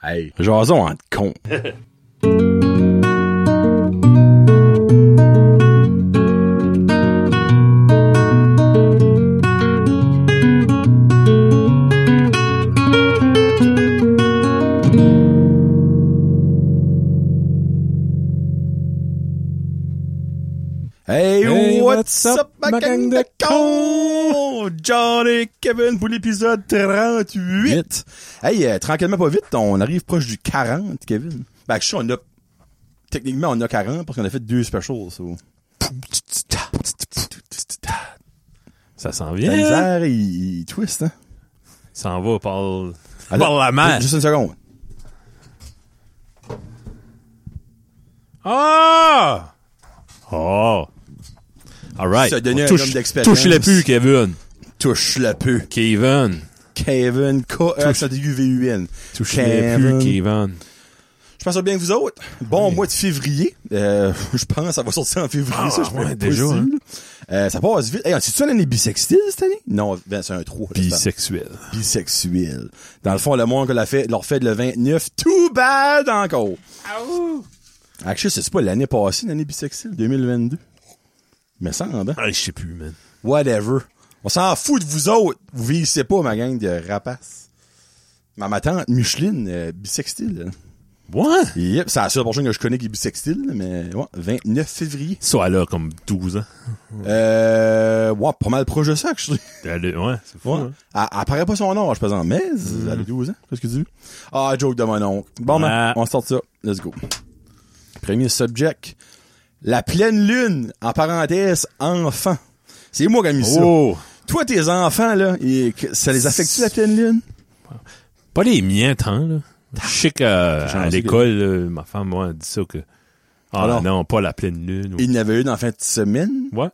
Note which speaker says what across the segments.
Speaker 1: Hey, jason en con. Hey, what's, up, ma gang de cons? John et Kevin pour l'épisode 38. Hey, euh, tranquillement pas vite, on arrive proche du 40, Kevin. Ben, je suis, on a... Techniquement, on a 40 parce qu'on a fait deux specials. so.
Speaker 2: Ça s'en
Speaker 1: La
Speaker 2: vient.
Speaker 1: misère, il, il twist, hein?
Speaker 2: Ça en va par, le-
Speaker 1: Attends,
Speaker 2: par la mer.
Speaker 1: ju- Juste une seconde.
Speaker 2: Ah! Oh! Alright.
Speaker 1: Ça donnait un homme d'expérience.
Speaker 2: Touche la pu, Kevin.
Speaker 1: Touche la peu.
Speaker 2: Kevin.
Speaker 1: Kevin, E
Speaker 2: Touche-
Speaker 1: K-E-V-U-N.
Speaker 2: Touche la pu, Kevin.
Speaker 1: Je pense bien que vous autres. Bon mois de février. Euh, je pense que ça va sortir en février,
Speaker 2: Ah,
Speaker 1: ça, je
Speaker 2: ouais,
Speaker 1: pense
Speaker 2: déjà, hein.
Speaker 1: Euh, ça passe vite. Hey, c'est-tu une année bisextile cette année? Non, ben, c'est un 3.
Speaker 2: Bisexuel.
Speaker 1: Bisexuel. Dans le fond, le monde que l'a fait, leur fête le 29. Too bad encore! Actually, c'est pas l'année passée, l'année bisextile, 2022. Mais ça semble, hein?
Speaker 2: Ah, je sais plus, man.
Speaker 1: Whatever. On s'en fout de vous autres. Vous vieillissez pas, ma gang de rapaces. Ma, ma tante Micheline, euh, bisextile.
Speaker 2: What?
Speaker 1: Yep, c'est la seule personne que je connais qui est bisextile, mais ouais, 29 février.
Speaker 2: Ça, elle a comme 12 ans.
Speaker 1: Euh, ouais, pas mal proche de ça, actually.
Speaker 2: Elle a- ouais, Mm. c'est fou.
Speaker 1: Ouais.
Speaker 2: hein.
Speaker 1: Elle, elle paraît pas son âge, par exemple, mais elle a 12 ans. Qu'est-ce que tu dis? Ah, joke de mon oncle. Bon, ben,
Speaker 2: Ah.
Speaker 1: on sort ça. Let's go. Premier subject. La pleine lune, en parenthèse, enfant. C'est moi qui ai mis ça.
Speaker 2: Oh!
Speaker 1: Toi, tes enfants, là, et que- ça les affecte-tu, la pleine lune?
Speaker 2: Oh. Pas les miens tant, là. Je sais qu'à
Speaker 1: chanceux
Speaker 2: à l'école, euh, ma femme, moi, elle dit ça que. Ah
Speaker 1: Alors?
Speaker 2: non, pas la pleine lune. ou-
Speaker 1: Il y en avait une en fin de semaine.
Speaker 2: Ouais.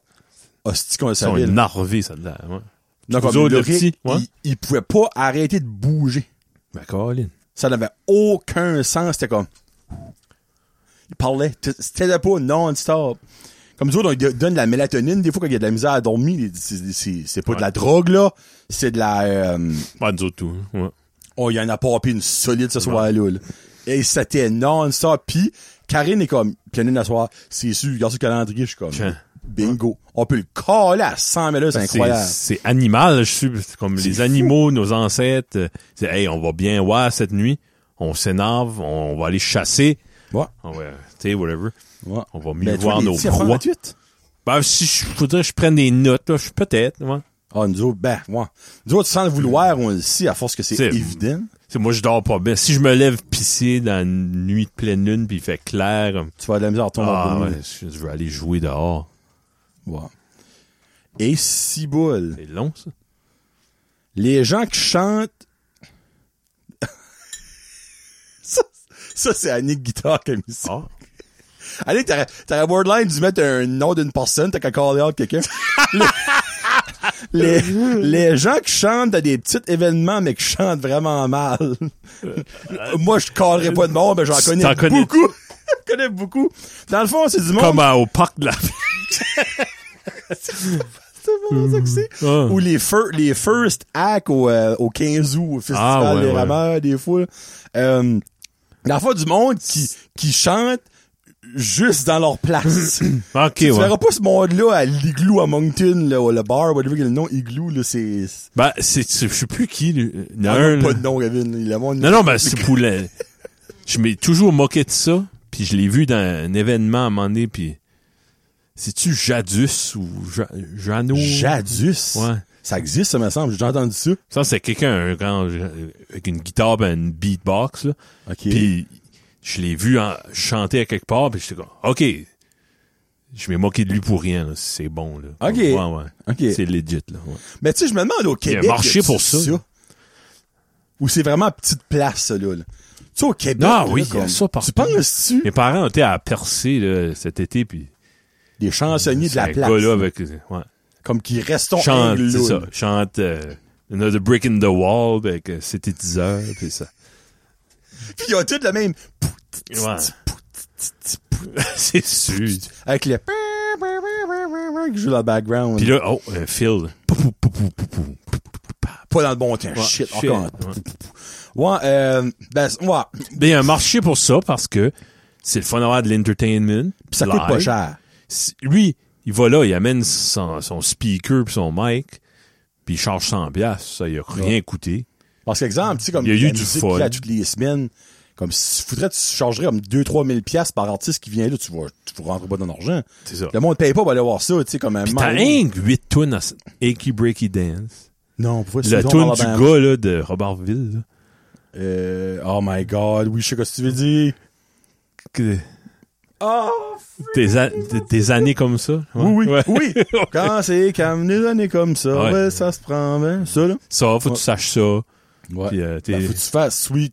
Speaker 1: Hostie qu'on le
Speaker 2: Ils sont
Speaker 1: savait, là.
Speaker 2: narvés, ça, là. Ouais.
Speaker 1: Donc,
Speaker 2: Vous
Speaker 1: comme
Speaker 2: autres,
Speaker 1: le
Speaker 2: le petit,
Speaker 1: il-
Speaker 2: ouais.
Speaker 1: il pouvait pas arrêter de bouger.
Speaker 2: Ben, Colin.
Speaker 1: Ça n'avait aucun sens. C'était comme. Il parlait. t- C'était pas non-stop. Comme nous autres, on lui donne de la mélatonine. Des fois, quand il y a de la misère à dormir, il dit, c'est- c'est c'est pas de la
Speaker 2: Ouais.
Speaker 1: drogue, là. C'est de la. euh,
Speaker 2: Pas nous autres, tout. hein. Ouais.
Speaker 1: oh, il y en a pas une solide ce soir-là. là. Et c'était non-stop. Puis, Karine est comme. Pleine la soir. C'est sûr, regarde ce calendrier. Je suis comme.
Speaker 2: Tiens.
Speaker 1: Bingo. On peut le coller à 100 mais là, c'est
Speaker 2: C'est
Speaker 1: incroyable.
Speaker 2: c'est animal, je suis c'est comme les
Speaker 1: fou.
Speaker 2: animaux, nos ancêtres. euh, C'est hey, on va bien voir cette nuit, on s'énerve, on va aller chasser,
Speaker 1: Ouais.
Speaker 2: on va, tu sais, whatever.
Speaker 1: ouais.
Speaker 2: On va mieux
Speaker 1: Mais toi,
Speaker 2: voir
Speaker 1: Ben, les
Speaker 2: nos
Speaker 1: petits enfants,
Speaker 2: proies.
Speaker 1: gratuites?
Speaker 2: Ben si je voudrais, je prenne des notes, là, je peut-être. Ouais.
Speaker 1: Ah, nous autres, ben, ouais. Nous autres, sans le vouloir, on le sait, à force que c'est
Speaker 2: C'est-
Speaker 1: évident.
Speaker 2: C'est moi je dors pas bien. Si je me lève pissé dans une nuit de pleine lune puis il fait clair, euh,
Speaker 1: Tu vas avoir de la misère à tomber
Speaker 2: ah
Speaker 1: en
Speaker 2: ouais, je je veux aller jouer dehors.
Speaker 1: ouais. Et si boule.
Speaker 2: C'est long ça.
Speaker 1: Les gens qui chantent. ça, ça, c'est Annick Guitare qui a mis ça.
Speaker 2: Ah.
Speaker 1: Annick, t'aurais, t'aurais borderline dû mettre un nom d'une personne, t'as qu'à caller out quelqu'un. les, les, les gens qui chantent à des petits événements, mais qui chantent vraiment mal. Moi, je callerais pas de monde, mais j'en
Speaker 2: Euh, Tu
Speaker 1: connais
Speaker 2: t'en connais.
Speaker 1: beaucoup. Je connais beaucoup. Dans le fond, c'est du monde.
Speaker 2: Comme à- au parc de la
Speaker 1: C'est vraiment ça que c'est.
Speaker 2: Ah.
Speaker 1: Ou les, fir- les first act au, euh, au 15 août, au festival
Speaker 2: Ah, ouais,
Speaker 1: des
Speaker 2: ouais.
Speaker 1: rameurs, des fois. là. Euh, la fois du monde qui, qui chante juste dans leur place.
Speaker 2: OK,
Speaker 1: tu
Speaker 2: ouais.
Speaker 1: verras pas ce monde-là à l'igloo à Moncton, là, ou le bar, whatever que le nom, igloo, là, c'est...
Speaker 2: Ben c'est je sais plus qui lui. Il y en a
Speaker 1: Ah, non,
Speaker 2: un, là.
Speaker 1: pas de nom, Kevin. Le monde-
Speaker 2: Non, non, ben, c'est pour la- Je m'ai toujours moqué de ça, puis je l'ai vu dans un événement à un moment donné, puis... C'est-tu Jadus ou Ja- Jeannot?
Speaker 1: Jadus.
Speaker 2: Ouais.
Speaker 1: Ça existe, ça me semble. J'ai déjà entendu ça.
Speaker 2: Ça, c'est quelqu'un un grand- avec une guitare ben, une beatbox, là.
Speaker 1: OK.
Speaker 2: Puis je l'ai vu en- chanter à quelque part, puis j'étais comme, OK, je m'ai moqué de lui pour rien, là, c'est bon, là.
Speaker 1: OK.
Speaker 2: Ouais, ouais.
Speaker 1: OK.
Speaker 2: C'est legit, là. ouais.
Speaker 1: Mais tu sais, je me demande au Québec. y
Speaker 2: marché
Speaker 1: a-tu
Speaker 2: pour ça.
Speaker 1: Ou c'est vraiment petite place, ça, là. là? Tu sais, au Québec.
Speaker 2: Ah
Speaker 1: là,
Speaker 2: oui, il y a
Speaker 1: comme-
Speaker 2: ça
Speaker 1: Tu
Speaker 2: partout.
Speaker 1: penses-tu?
Speaker 2: Mes parents étaient à Percé, là, cet été, puis...
Speaker 1: Des chansonniers de la
Speaker 2: c'est un
Speaker 1: place.
Speaker 2: gars, là, avec... ouais.
Speaker 1: Comme qui restons
Speaker 2: chante,
Speaker 1: anglo,
Speaker 2: c'est ça,
Speaker 1: là.
Speaker 2: chante euh, Another Brick in the Wall avec euh, synthétiseur puis ça.
Speaker 1: Puis ils ont tous le même.
Speaker 2: Ouais. c'est sûr.
Speaker 1: Avec le. Qui joue dans le background.
Speaker 2: euh, Puis là, oh, un Phil. Pou, pou, pou, pou, pou, pou, pou, pou, pou, pa,
Speaker 1: Pas dans le bon temps.
Speaker 2: Ouais,
Speaker 1: shit,
Speaker 2: shit.
Speaker 1: encore. Ouais, euh, ben, ouais.
Speaker 2: Ben, il y a un marché pour ça parce que c'est le fun d'avoir de l'entertainment.
Speaker 1: Pis ça coûte
Speaker 2: live.
Speaker 1: pas cher.
Speaker 2: Si- Lui, il va là, il amène son, son speaker puis son mic, puis il charge 100 piastres. Ça, il a rien coûté.
Speaker 1: Parce qu'exemple, tu sais, comme
Speaker 2: Il y a eu
Speaker 1: la
Speaker 2: du
Speaker 1: musique
Speaker 2: fun.
Speaker 1: qu'il y a toutes les semaines, comme si tu faudrait, tu chargerais comme 2-3 000 piastres par artiste qui vient là, tu vas, tu rentres pas dans l'argent.
Speaker 2: C'est ça.
Speaker 1: Le monde paye pas pour aller voir ça, tu sais, comme un
Speaker 2: Puis
Speaker 1: moment
Speaker 2: t'as
Speaker 1: donné.
Speaker 2: rien que 8 tunes à Achy Breaky Dance.
Speaker 1: Non, pourquoi c'est
Speaker 2: La
Speaker 1: donc
Speaker 2: tune du
Speaker 1: Alabama?
Speaker 2: gars là, de Robertville. là.
Speaker 1: Euh, oh my god, oui, je sais ce que tu veux dire.
Speaker 2: Que- des, a- des- des années comme ça. Ouais.
Speaker 1: Oui, oui,
Speaker 2: Ah, Ouais.
Speaker 1: oui. Quand c'est comme des années comme ça,
Speaker 2: Ouais.
Speaker 1: ben, ça se prend, ben, ça, là.
Speaker 2: Ça, faut que
Speaker 1: Ouais.
Speaker 2: tu saches ça.
Speaker 1: Ouais.
Speaker 2: Puis, euh, t'es-
Speaker 1: Ben, faut que tu fasses Sweet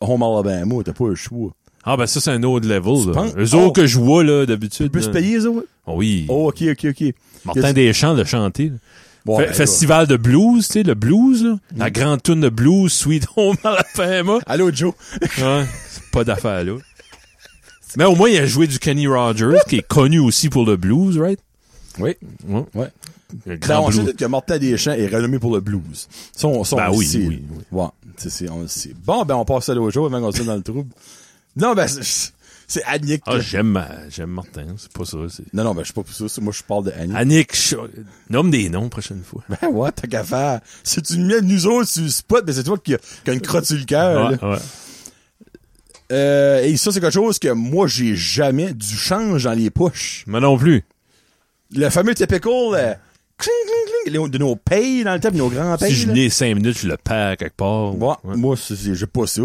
Speaker 1: Home Alabama, t'as pas le choix.
Speaker 2: Ah, ben ça, c'est un autre level. Là.
Speaker 1: penses-
Speaker 2: Eux
Speaker 1: Oh.
Speaker 2: autres que je vois, là,
Speaker 1: Tu
Speaker 2: d'habitude.
Speaker 1: peux se
Speaker 2: là. Ah
Speaker 1: payer, ça, ouais?
Speaker 2: Oui.
Speaker 1: Oh, ok, ok, ok.
Speaker 2: Martin Deschamps de chanter. là.
Speaker 1: Bon,
Speaker 2: Fe-
Speaker 1: ben,
Speaker 2: Festival de blues, tu sais, le blues, là.
Speaker 1: Mm.
Speaker 2: La grande tune de blues, Sweet Home Alabama.
Speaker 1: là. Allô, Joe.
Speaker 2: Ouais, c'est pas d'affaire, là. Mais au moins, il a joué du Kenny Rogers, qui est connu aussi pour le blues, right?
Speaker 1: Oui.
Speaker 2: Ouais.
Speaker 1: Ouais.
Speaker 2: Le
Speaker 1: Ben,
Speaker 2: grand
Speaker 1: on sait
Speaker 2: blues.
Speaker 1: tout que Martin Deschamps est renommé pour le blues. Ça, on, ça, on
Speaker 2: Ben
Speaker 1: le
Speaker 2: oui,
Speaker 1: sait.
Speaker 2: oui, oui.
Speaker 1: Ouais, c'est, c'est- on le sait. Bon, ben, on passe à l'autre jour avant qu'on soit dans le trouble. Non, ben, c'est, c'est Annick.
Speaker 2: Ah, j'aime, ma- j'aime Martin, c'est pas ça, c'est...
Speaker 1: non, non, ben, je suis pas pour ça. c'est- Moi, je parle de Annick.
Speaker 2: Annick, Cha- nomme des noms prochaine fois.
Speaker 1: Ben, ouais, t'as qu'à faire. Si tu mets nous autres sur le spot, ben, c'est toi qui a, qui a une crotte sur le cœur, là.
Speaker 2: Ouais, ouais.
Speaker 1: Euh, et ça, c'est quelque chose que moi, j'ai jamais du change dans les poches.
Speaker 2: Moi non plus.
Speaker 1: Le fameux typical, euh, cling, cling, cling, les- de nos payes dans le temps, de nos grands payes.
Speaker 2: Si je
Speaker 1: là.
Speaker 2: n'ai cinq minutes, je le perds quelque part.
Speaker 1: Ouais,
Speaker 2: Ouais.
Speaker 1: Moi, c'est- c'est- j'ai pas ça.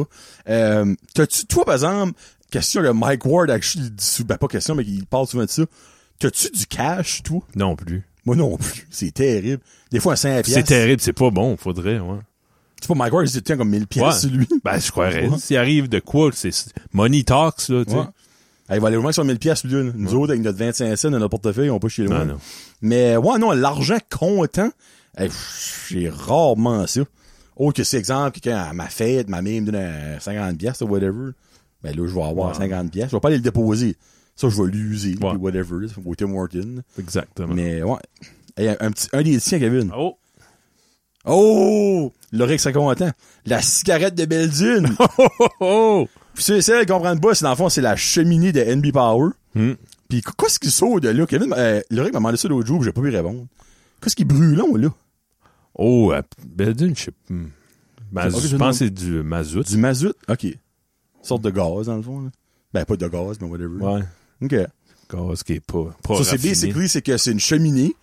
Speaker 1: Euh, t'as-tu, toi, par exemple, question le Mike Ward, actually, il dit sou- ben pas question, mais il parle souvent de ça. T'as-tu du cash, toi?
Speaker 2: Non plus.
Speaker 1: Moi non plus. C'est terrible. Des fois, un 5
Speaker 2: C'est terrible, c'est pas bon, faudrait, ouais.
Speaker 1: Tu vois, Mike Ward, il tient comme 1000
Speaker 2: Ouais.
Speaker 1: pièces, lui.
Speaker 2: Ben, je croirais.
Speaker 1: Ouais.
Speaker 2: S'il arrive de quoi, c'est c'est- money talks, là, tu sais.
Speaker 1: Ouais. Ah, il va aller loin sur 1000 pièces, lui, là. Nous autres, avec notre 25 cents dans notre portefeuille, on pas chez loin.
Speaker 2: Non, non.
Speaker 1: Mais, ouais, non, l'argent comptant, eh, pff, j'ai rarement ça. Autre que c'est exemple, quelqu'un à ma fête, ma mère me donne un 50 pièces ou whatever. Ben là, je vais avoir
Speaker 2: Ouais.
Speaker 1: 50 pièces. Je vais pas aller le déposer. Ça, je vais l'user,
Speaker 2: Ouais.
Speaker 1: puis whatever, là, au Tim Hortons.
Speaker 2: Exactement.
Speaker 1: Mais, ouais. Eh, un, petit, un des tiens, Kevin.
Speaker 2: Oh!
Speaker 1: Oh! L'orex 50 ans. La cigarette de Beldune.
Speaker 2: Oh, oh, oh!
Speaker 1: Puis ceux et celles qui comprennent pas, c'est dans le fond, c'est la cheminée de NB Power.
Speaker 2: Hmm.
Speaker 1: Puis qu- qu'est-ce qui sort de là? Kevin, euh, Loric m'a demandé ça l'autre jour, puis j'ai pas pu répondre. Qu'est-ce qui brûle là?
Speaker 2: Oh, euh, ben, d'une, je sais pas. Mazout,
Speaker 1: Ok, je
Speaker 2: je pense
Speaker 1: demande.
Speaker 2: que c'est du mazout.
Speaker 1: Du mazout? OK. Une sorte de gaz, dans le fond. Là. Ben, pas de gaz, mais whatever.
Speaker 2: Ouais.
Speaker 1: OK.
Speaker 2: Gaz qui est pas. pas
Speaker 1: Ça, c'est
Speaker 2: raffiné.
Speaker 1: basically, c'est que c'est une cheminée,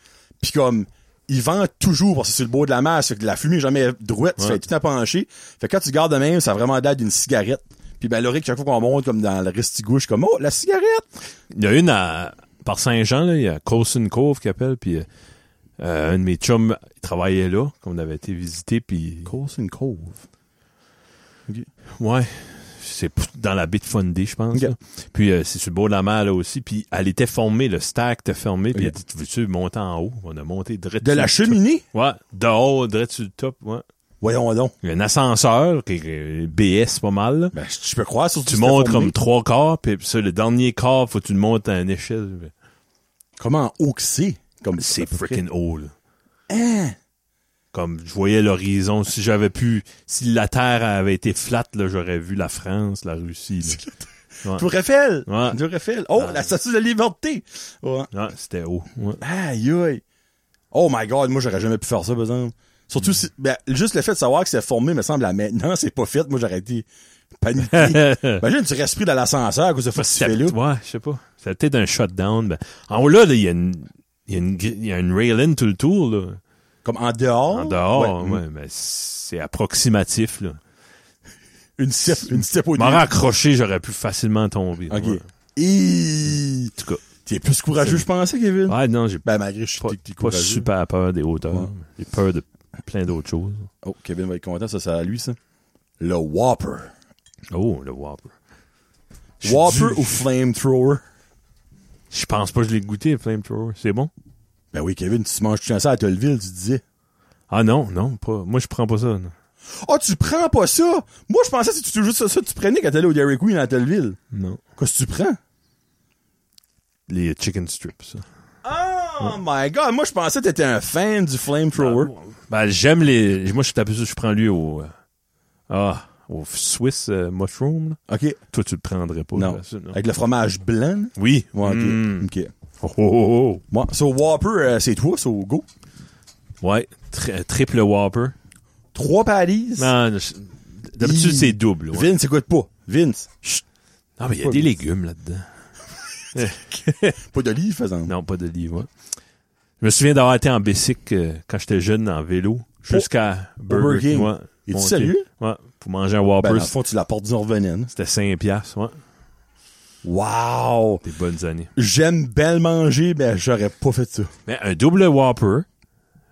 Speaker 1: puis comme, ils vendent toujours, parce que c'est sur le bord de la mer, ça fait que la fumée est jamais droite, ça
Speaker 2: Ouais.
Speaker 1: fait tout à pencher. Fait que quand tu gardes de même, ça a vraiment l'air d'une cigarette. Puis ben, Loric, chaque fois qu'on monte, comme dans le restigouche, comme, oh, la cigarette!
Speaker 2: Il y a une à, par Saint-Jean, là, il y a Colson Cove qui appelle, puis euh, euh, un de mes chums il travaillait là, qu'on avait été visiter, puis
Speaker 1: Colson Cove.
Speaker 2: Ouais. C'est p- dans la baie de Fundy, je pense.
Speaker 1: Ok.
Speaker 2: là. Puis euh, c'est sur le bord de la mer, là aussi. Puis elle était formée, le stack était fermé. Puis
Speaker 1: Ok.
Speaker 2: elle dit, tu veux-tu monter en haut? On a monté direct
Speaker 1: De
Speaker 2: sur
Speaker 1: la
Speaker 2: le
Speaker 1: cheminée?
Speaker 2: top. Ouais, dehors, direct sur le top, ouais.
Speaker 1: Voyons donc.
Speaker 2: Il y a un ascenseur, qui est BS pas mal, là.
Speaker 1: Ben, je je peux croire, surtout
Speaker 2: Tu
Speaker 1: si t'as
Speaker 2: montes
Speaker 1: formé.
Speaker 2: comme trois quarts, puis ça, le dernier quart, faut que tu le montes à une échelle.
Speaker 1: Comment haut que c'est? Comme
Speaker 2: C'est
Speaker 1: à peu près.
Speaker 2: freaking haut, là.
Speaker 1: Hein?
Speaker 2: Comme je voyais l'horizon, si j'avais pu, si la Terre avait été flatte, là, j'aurais vu la France, la Russie. là. Ouais.
Speaker 1: Tour Eiffel!
Speaker 2: Ouais.
Speaker 1: Tour Eiffel. Oh,
Speaker 2: Ah.
Speaker 1: la statue de liberté! Ouais.
Speaker 2: Ouais, Ah, c'était haut. ouais.
Speaker 1: Aïe, aïe. Oh my god, moi, j'aurais jamais pu faire ça, par exemple. Surtout si, ben, juste le fait de savoir que c'est formé, me semble, à maintenant, c'est pas fait. Moi, j'aurais été paniqué. Imagine, tu respires dans l'ascenseur à cause de ce
Speaker 2: C'était
Speaker 1: là
Speaker 2: ouais, je sais pas. C'était peut-être un shutdown. Ben, en haut, là, là, il y a une, il y a une, gri- il y a une railing tout le tour, là.
Speaker 1: Comme en dehors.
Speaker 2: En dehors,
Speaker 1: Ah, Ouais. Mm.
Speaker 2: ouais, mais c'est approximatif, là.
Speaker 1: Une step, une step au
Speaker 2: M'aurais
Speaker 1: début.
Speaker 2: accroché, j'aurais pu facilement tomber.
Speaker 1: Ok.
Speaker 2: ouais.
Speaker 1: Et...
Speaker 2: En tout cas.
Speaker 1: T'es plus courageux, je pensais, Kevin.
Speaker 2: Ouais, non, j'ai pas,
Speaker 1: Ben, malgré, je suis
Speaker 2: pas,
Speaker 1: t'es- t'es courageux.
Speaker 2: super peur des hauteurs.
Speaker 1: Ouais.
Speaker 2: J'ai peur de plein d'autres choses.
Speaker 1: Oh, Kevin va être content, ça, c'est à lui, ça. Le Whopper.
Speaker 2: Oh, le Whopper. Je suis
Speaker 1: Whopper
Speaker 2: dû-
Speaker 1: ou Flamethrower?
Speaker 2: Je pense pas que je l'ai goûté, le Flamethrower. C'est bon?
Speaker 1: Ben oui, Kevin, tu manges tout ça à Tolville, tu disais.
Speaker 2: Ah non, non, pas. Moi, je prends pas ça. Non.
Speaker 1: Ah, tu prends pas ça! Moi, je pensais que c'était juste ça, ça que tu prenais quand t'allais au Dairy Queen à Tolville.
Speaker 2: non.
Speaker 1: Qu'est-ce que tu prends?
Speaker 2: Les chicken strips, ça.
Speaker 1: Ah! Oh my god, moi je pensais que t'étais un fan du flamethrower.
Speaker 2: Ben, j'aime les. Moi, je suis habitué, je prends lui au. euh, Ah, au Swiss euh, mushroom. là.
Speaker 1: OK.
Speaker 2: Toi, tu le prendrais pas.
Speaker 1: Non.
Speaker 2: là, ça, non.
Speaker 1: Avec le fromage blanc. là?
Speaker 2: Oui.
Speaker 1: Ouais, OK.
Speaker 2: Mm.
Speaker 1: OK.
Speaker 2: Oh, oh,
Speaker 1: Moi, so Whopper, euh, c'est toi, so go.
Speaker 2: oh. Ouais. tri- triple Whopper.
Speaker 1: Trois patties.
Speaker 2: Non, non, je- D'habitude,
Speaker 1: Ih.
Speaker 2: c'est double. ouais.
Speaker 1: Vince, écoute pas. Vince.
Speaker 2: Non, mais il y a des légumes là-dedans.
Speaker 1: Pas d'olive, faisant.
Speaker 2: Non, pas de livre. ouais. Je me souviens d'avoir été en bicycle euh, quand j'étais jeune en vélo jusqu'à Burger King.
Speaker 1: King.
Speaker 2: ouais.
Speaker 1: Es-tu
Speaker 2: Monter.
Speaker 1: sérieux?
Speaker 2: Ouais, pour manger un Whopper.
Speaker 1: Ben, dans le fond, tu la portes du revenant.
Speaker 2: C'était 5 piastres, ouais.
Speaker 1: Wow!
Speaker 2: Des bonnes années.
Speaker 1: J'aime bien manger, mais j'aurais pas fait ça.
Speaker 2: Mais un double Whopper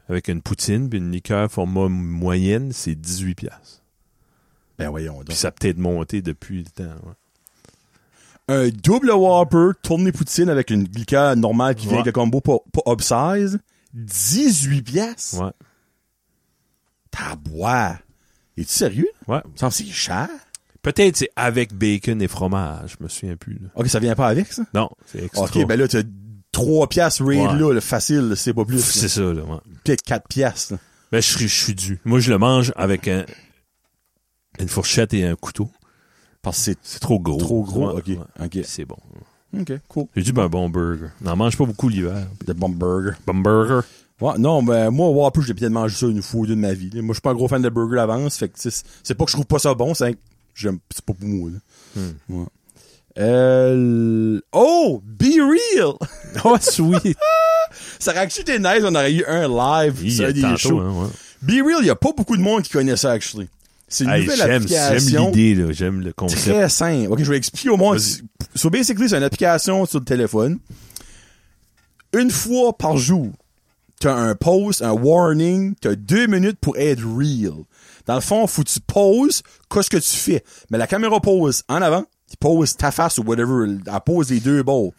Speaker 2: avec une poutine puis une liqueur format moyenne, c'est 18 piastres.
Speaker 1: Ben voyons donc.
Speaker 2: Puis ça a peut-être monté depuis le temps. ouais.
Speaker 1: Un double Whopper, tourné poutine avec une liqueur normale qui vient
Speaker 2: Ouais.
Speaker 1: avec le combo pas, pas upsize. 18 piastres?
Speaker 2: Ouais.
Speaker 1: Tabois! Es-tu sérieux?
Speaker 2: Ouais.
Speaker 1: Ça me semble que c'est cher.
Speaker 2: Peut-être c'est avec bacon et fromage, je me souviens plus. là.
Speaker 1: Ok, ça vient pas avec, ça?
Speaker 2: Non, c'est extra.
Speaker 1: Ok, ben là, t'as 3 piastres raid,
Speaker 2: Ouais.
Speaker 1: là, le facile, c'est pas
Speaker 2: Pff,
Speaker 1: plus.
Speaker 2: c'est ça, là. ouais.
Speaker 1: Peut-être 4 piastres. là.
Speaker 2: Ben, je, suis- je suis dû. Moi, je le mange avec un- une fourchette et un couteau.
Speaker 1: Parce que c'est
Speaker 2: C'est trop gros.
Speaker 1: trop gros.
Speaker 2: Ouais,
Speaker 1: ok,
Speaker 2: ouais.
Speaker 1: ok.
Speaker 2: C'est bon.
Speaker 1: Ok, cool.
Speaker 2: J'ai dû ben, un bon burger. N'en mange pas beaucoup l'hiver.
Speaker 1: De bon burger.
Speaker 2: Bon burger.
Speaker 1: Ouais, non, ben, moi, Whopper, j'ai peut-être mangé ça une fois ou deux de ma vie. là. Moi, je suis pas un gros fan de burger d'avance. Fait que, tu sais, c'est pas que je trouve pas ça bon, c'est que j'aime, c'est pas pour moi, là.
Speaker 2: Hmm.
Speaker 1: Ouais. Euh, l- oh! Be Real!
Speaker 2: Oh, sweet.
Speaker 1: Ça aurait actually été nice, on aurait eu un live.
Speaker 2: Il y
Speaker 1: sur
Speaker 2: a
Speaker 1: des
Speaker 2: tantôt,
Speaker 1: shows.
Speaker 2: hein, ouais.
Speaker 1: Be Real, il y a pas beaucoup de monde qui connaît ça, actually. C'est une
Speaker 2: Hey,
Speaker 1: nouvelle
Speaker 2: j'aime, j'aime
Speaker 1: application.
Speaker 2: l'idée, là. J'aime le concept.
Speaker 1: Très simple. OK, je vais expliquer au monde.
Speaker 2: Vas-y.
Speaker 1: So, basically, c'est une application sur le téléphone. Une fois par jour, t'as un post, un warning, t'as deux minutes pour être real. Dans le fond, faut que tu poses, qu'est-ce que tu fais. Mais la caméra pose en avant, tu poses ta face ou whatever, elle pose les deux bords.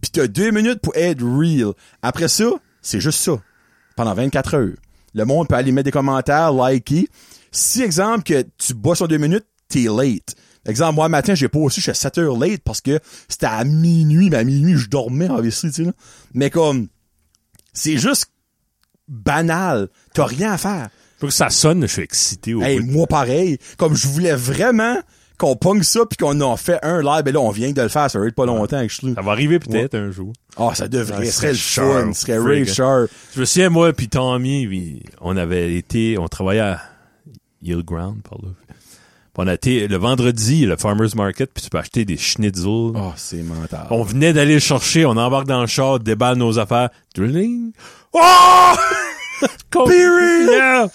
Speaker 1: Puis t'as deux minutes pour être real. Après ça, c'est juste ça. Pendant 24 heures. Le monde peut aller mettre des commentaires, liker. Si, exemple, que tu bosses en deux minutes, t'es late. Exemple, moi, le matin, j'ai pas aussi, je suis à 7 heures late parce que c'était à minuit, mais à minuit, je dormais, obviously, tu sais, là. Mais comme, c'est juste banal. T'as rien à faire.
Speaker 2: Faut que ça sonne, je suis excité au
Speaker 1: Hey,
Speaker 2: bout.
Speaker 1: moi pareil. Comme je voulais vraiment qu'on pogne ça puis qu'on en fait un live, et là on vient de le faire, ça rate pas longtemps que je suis.
Speaker 2: Ça va arriver peut-être un jour.
Speaker 1: Ah, ça devrait,
Speaker 2: Ouais,
Speaker 1: ce serait le
Speaker 2: c'est
Speaker 1: fun,
Speaker 2: sharp,
Speaker 1: ce serait
Speaker 2: friggin'.
Speaker 1: rave sharp.
Speaker 2: Je me souviens, moi, puis Tommy, oui, on avait été, on travaillait à Hillground, par là. Puis on a été, le vendredi, le Farmer's Market, puis tu peux acheter des schnitzels.
Speaker 1: Ah, c'est mental.
Speaker 2: On venait d'aller le chercher, on embarque dans le char, déballe nos affaires. Drilling.
Speaker 1: Ah!
Speaker 2: Oh!
Speaker 1: Period!
Speaker 2: Yeah!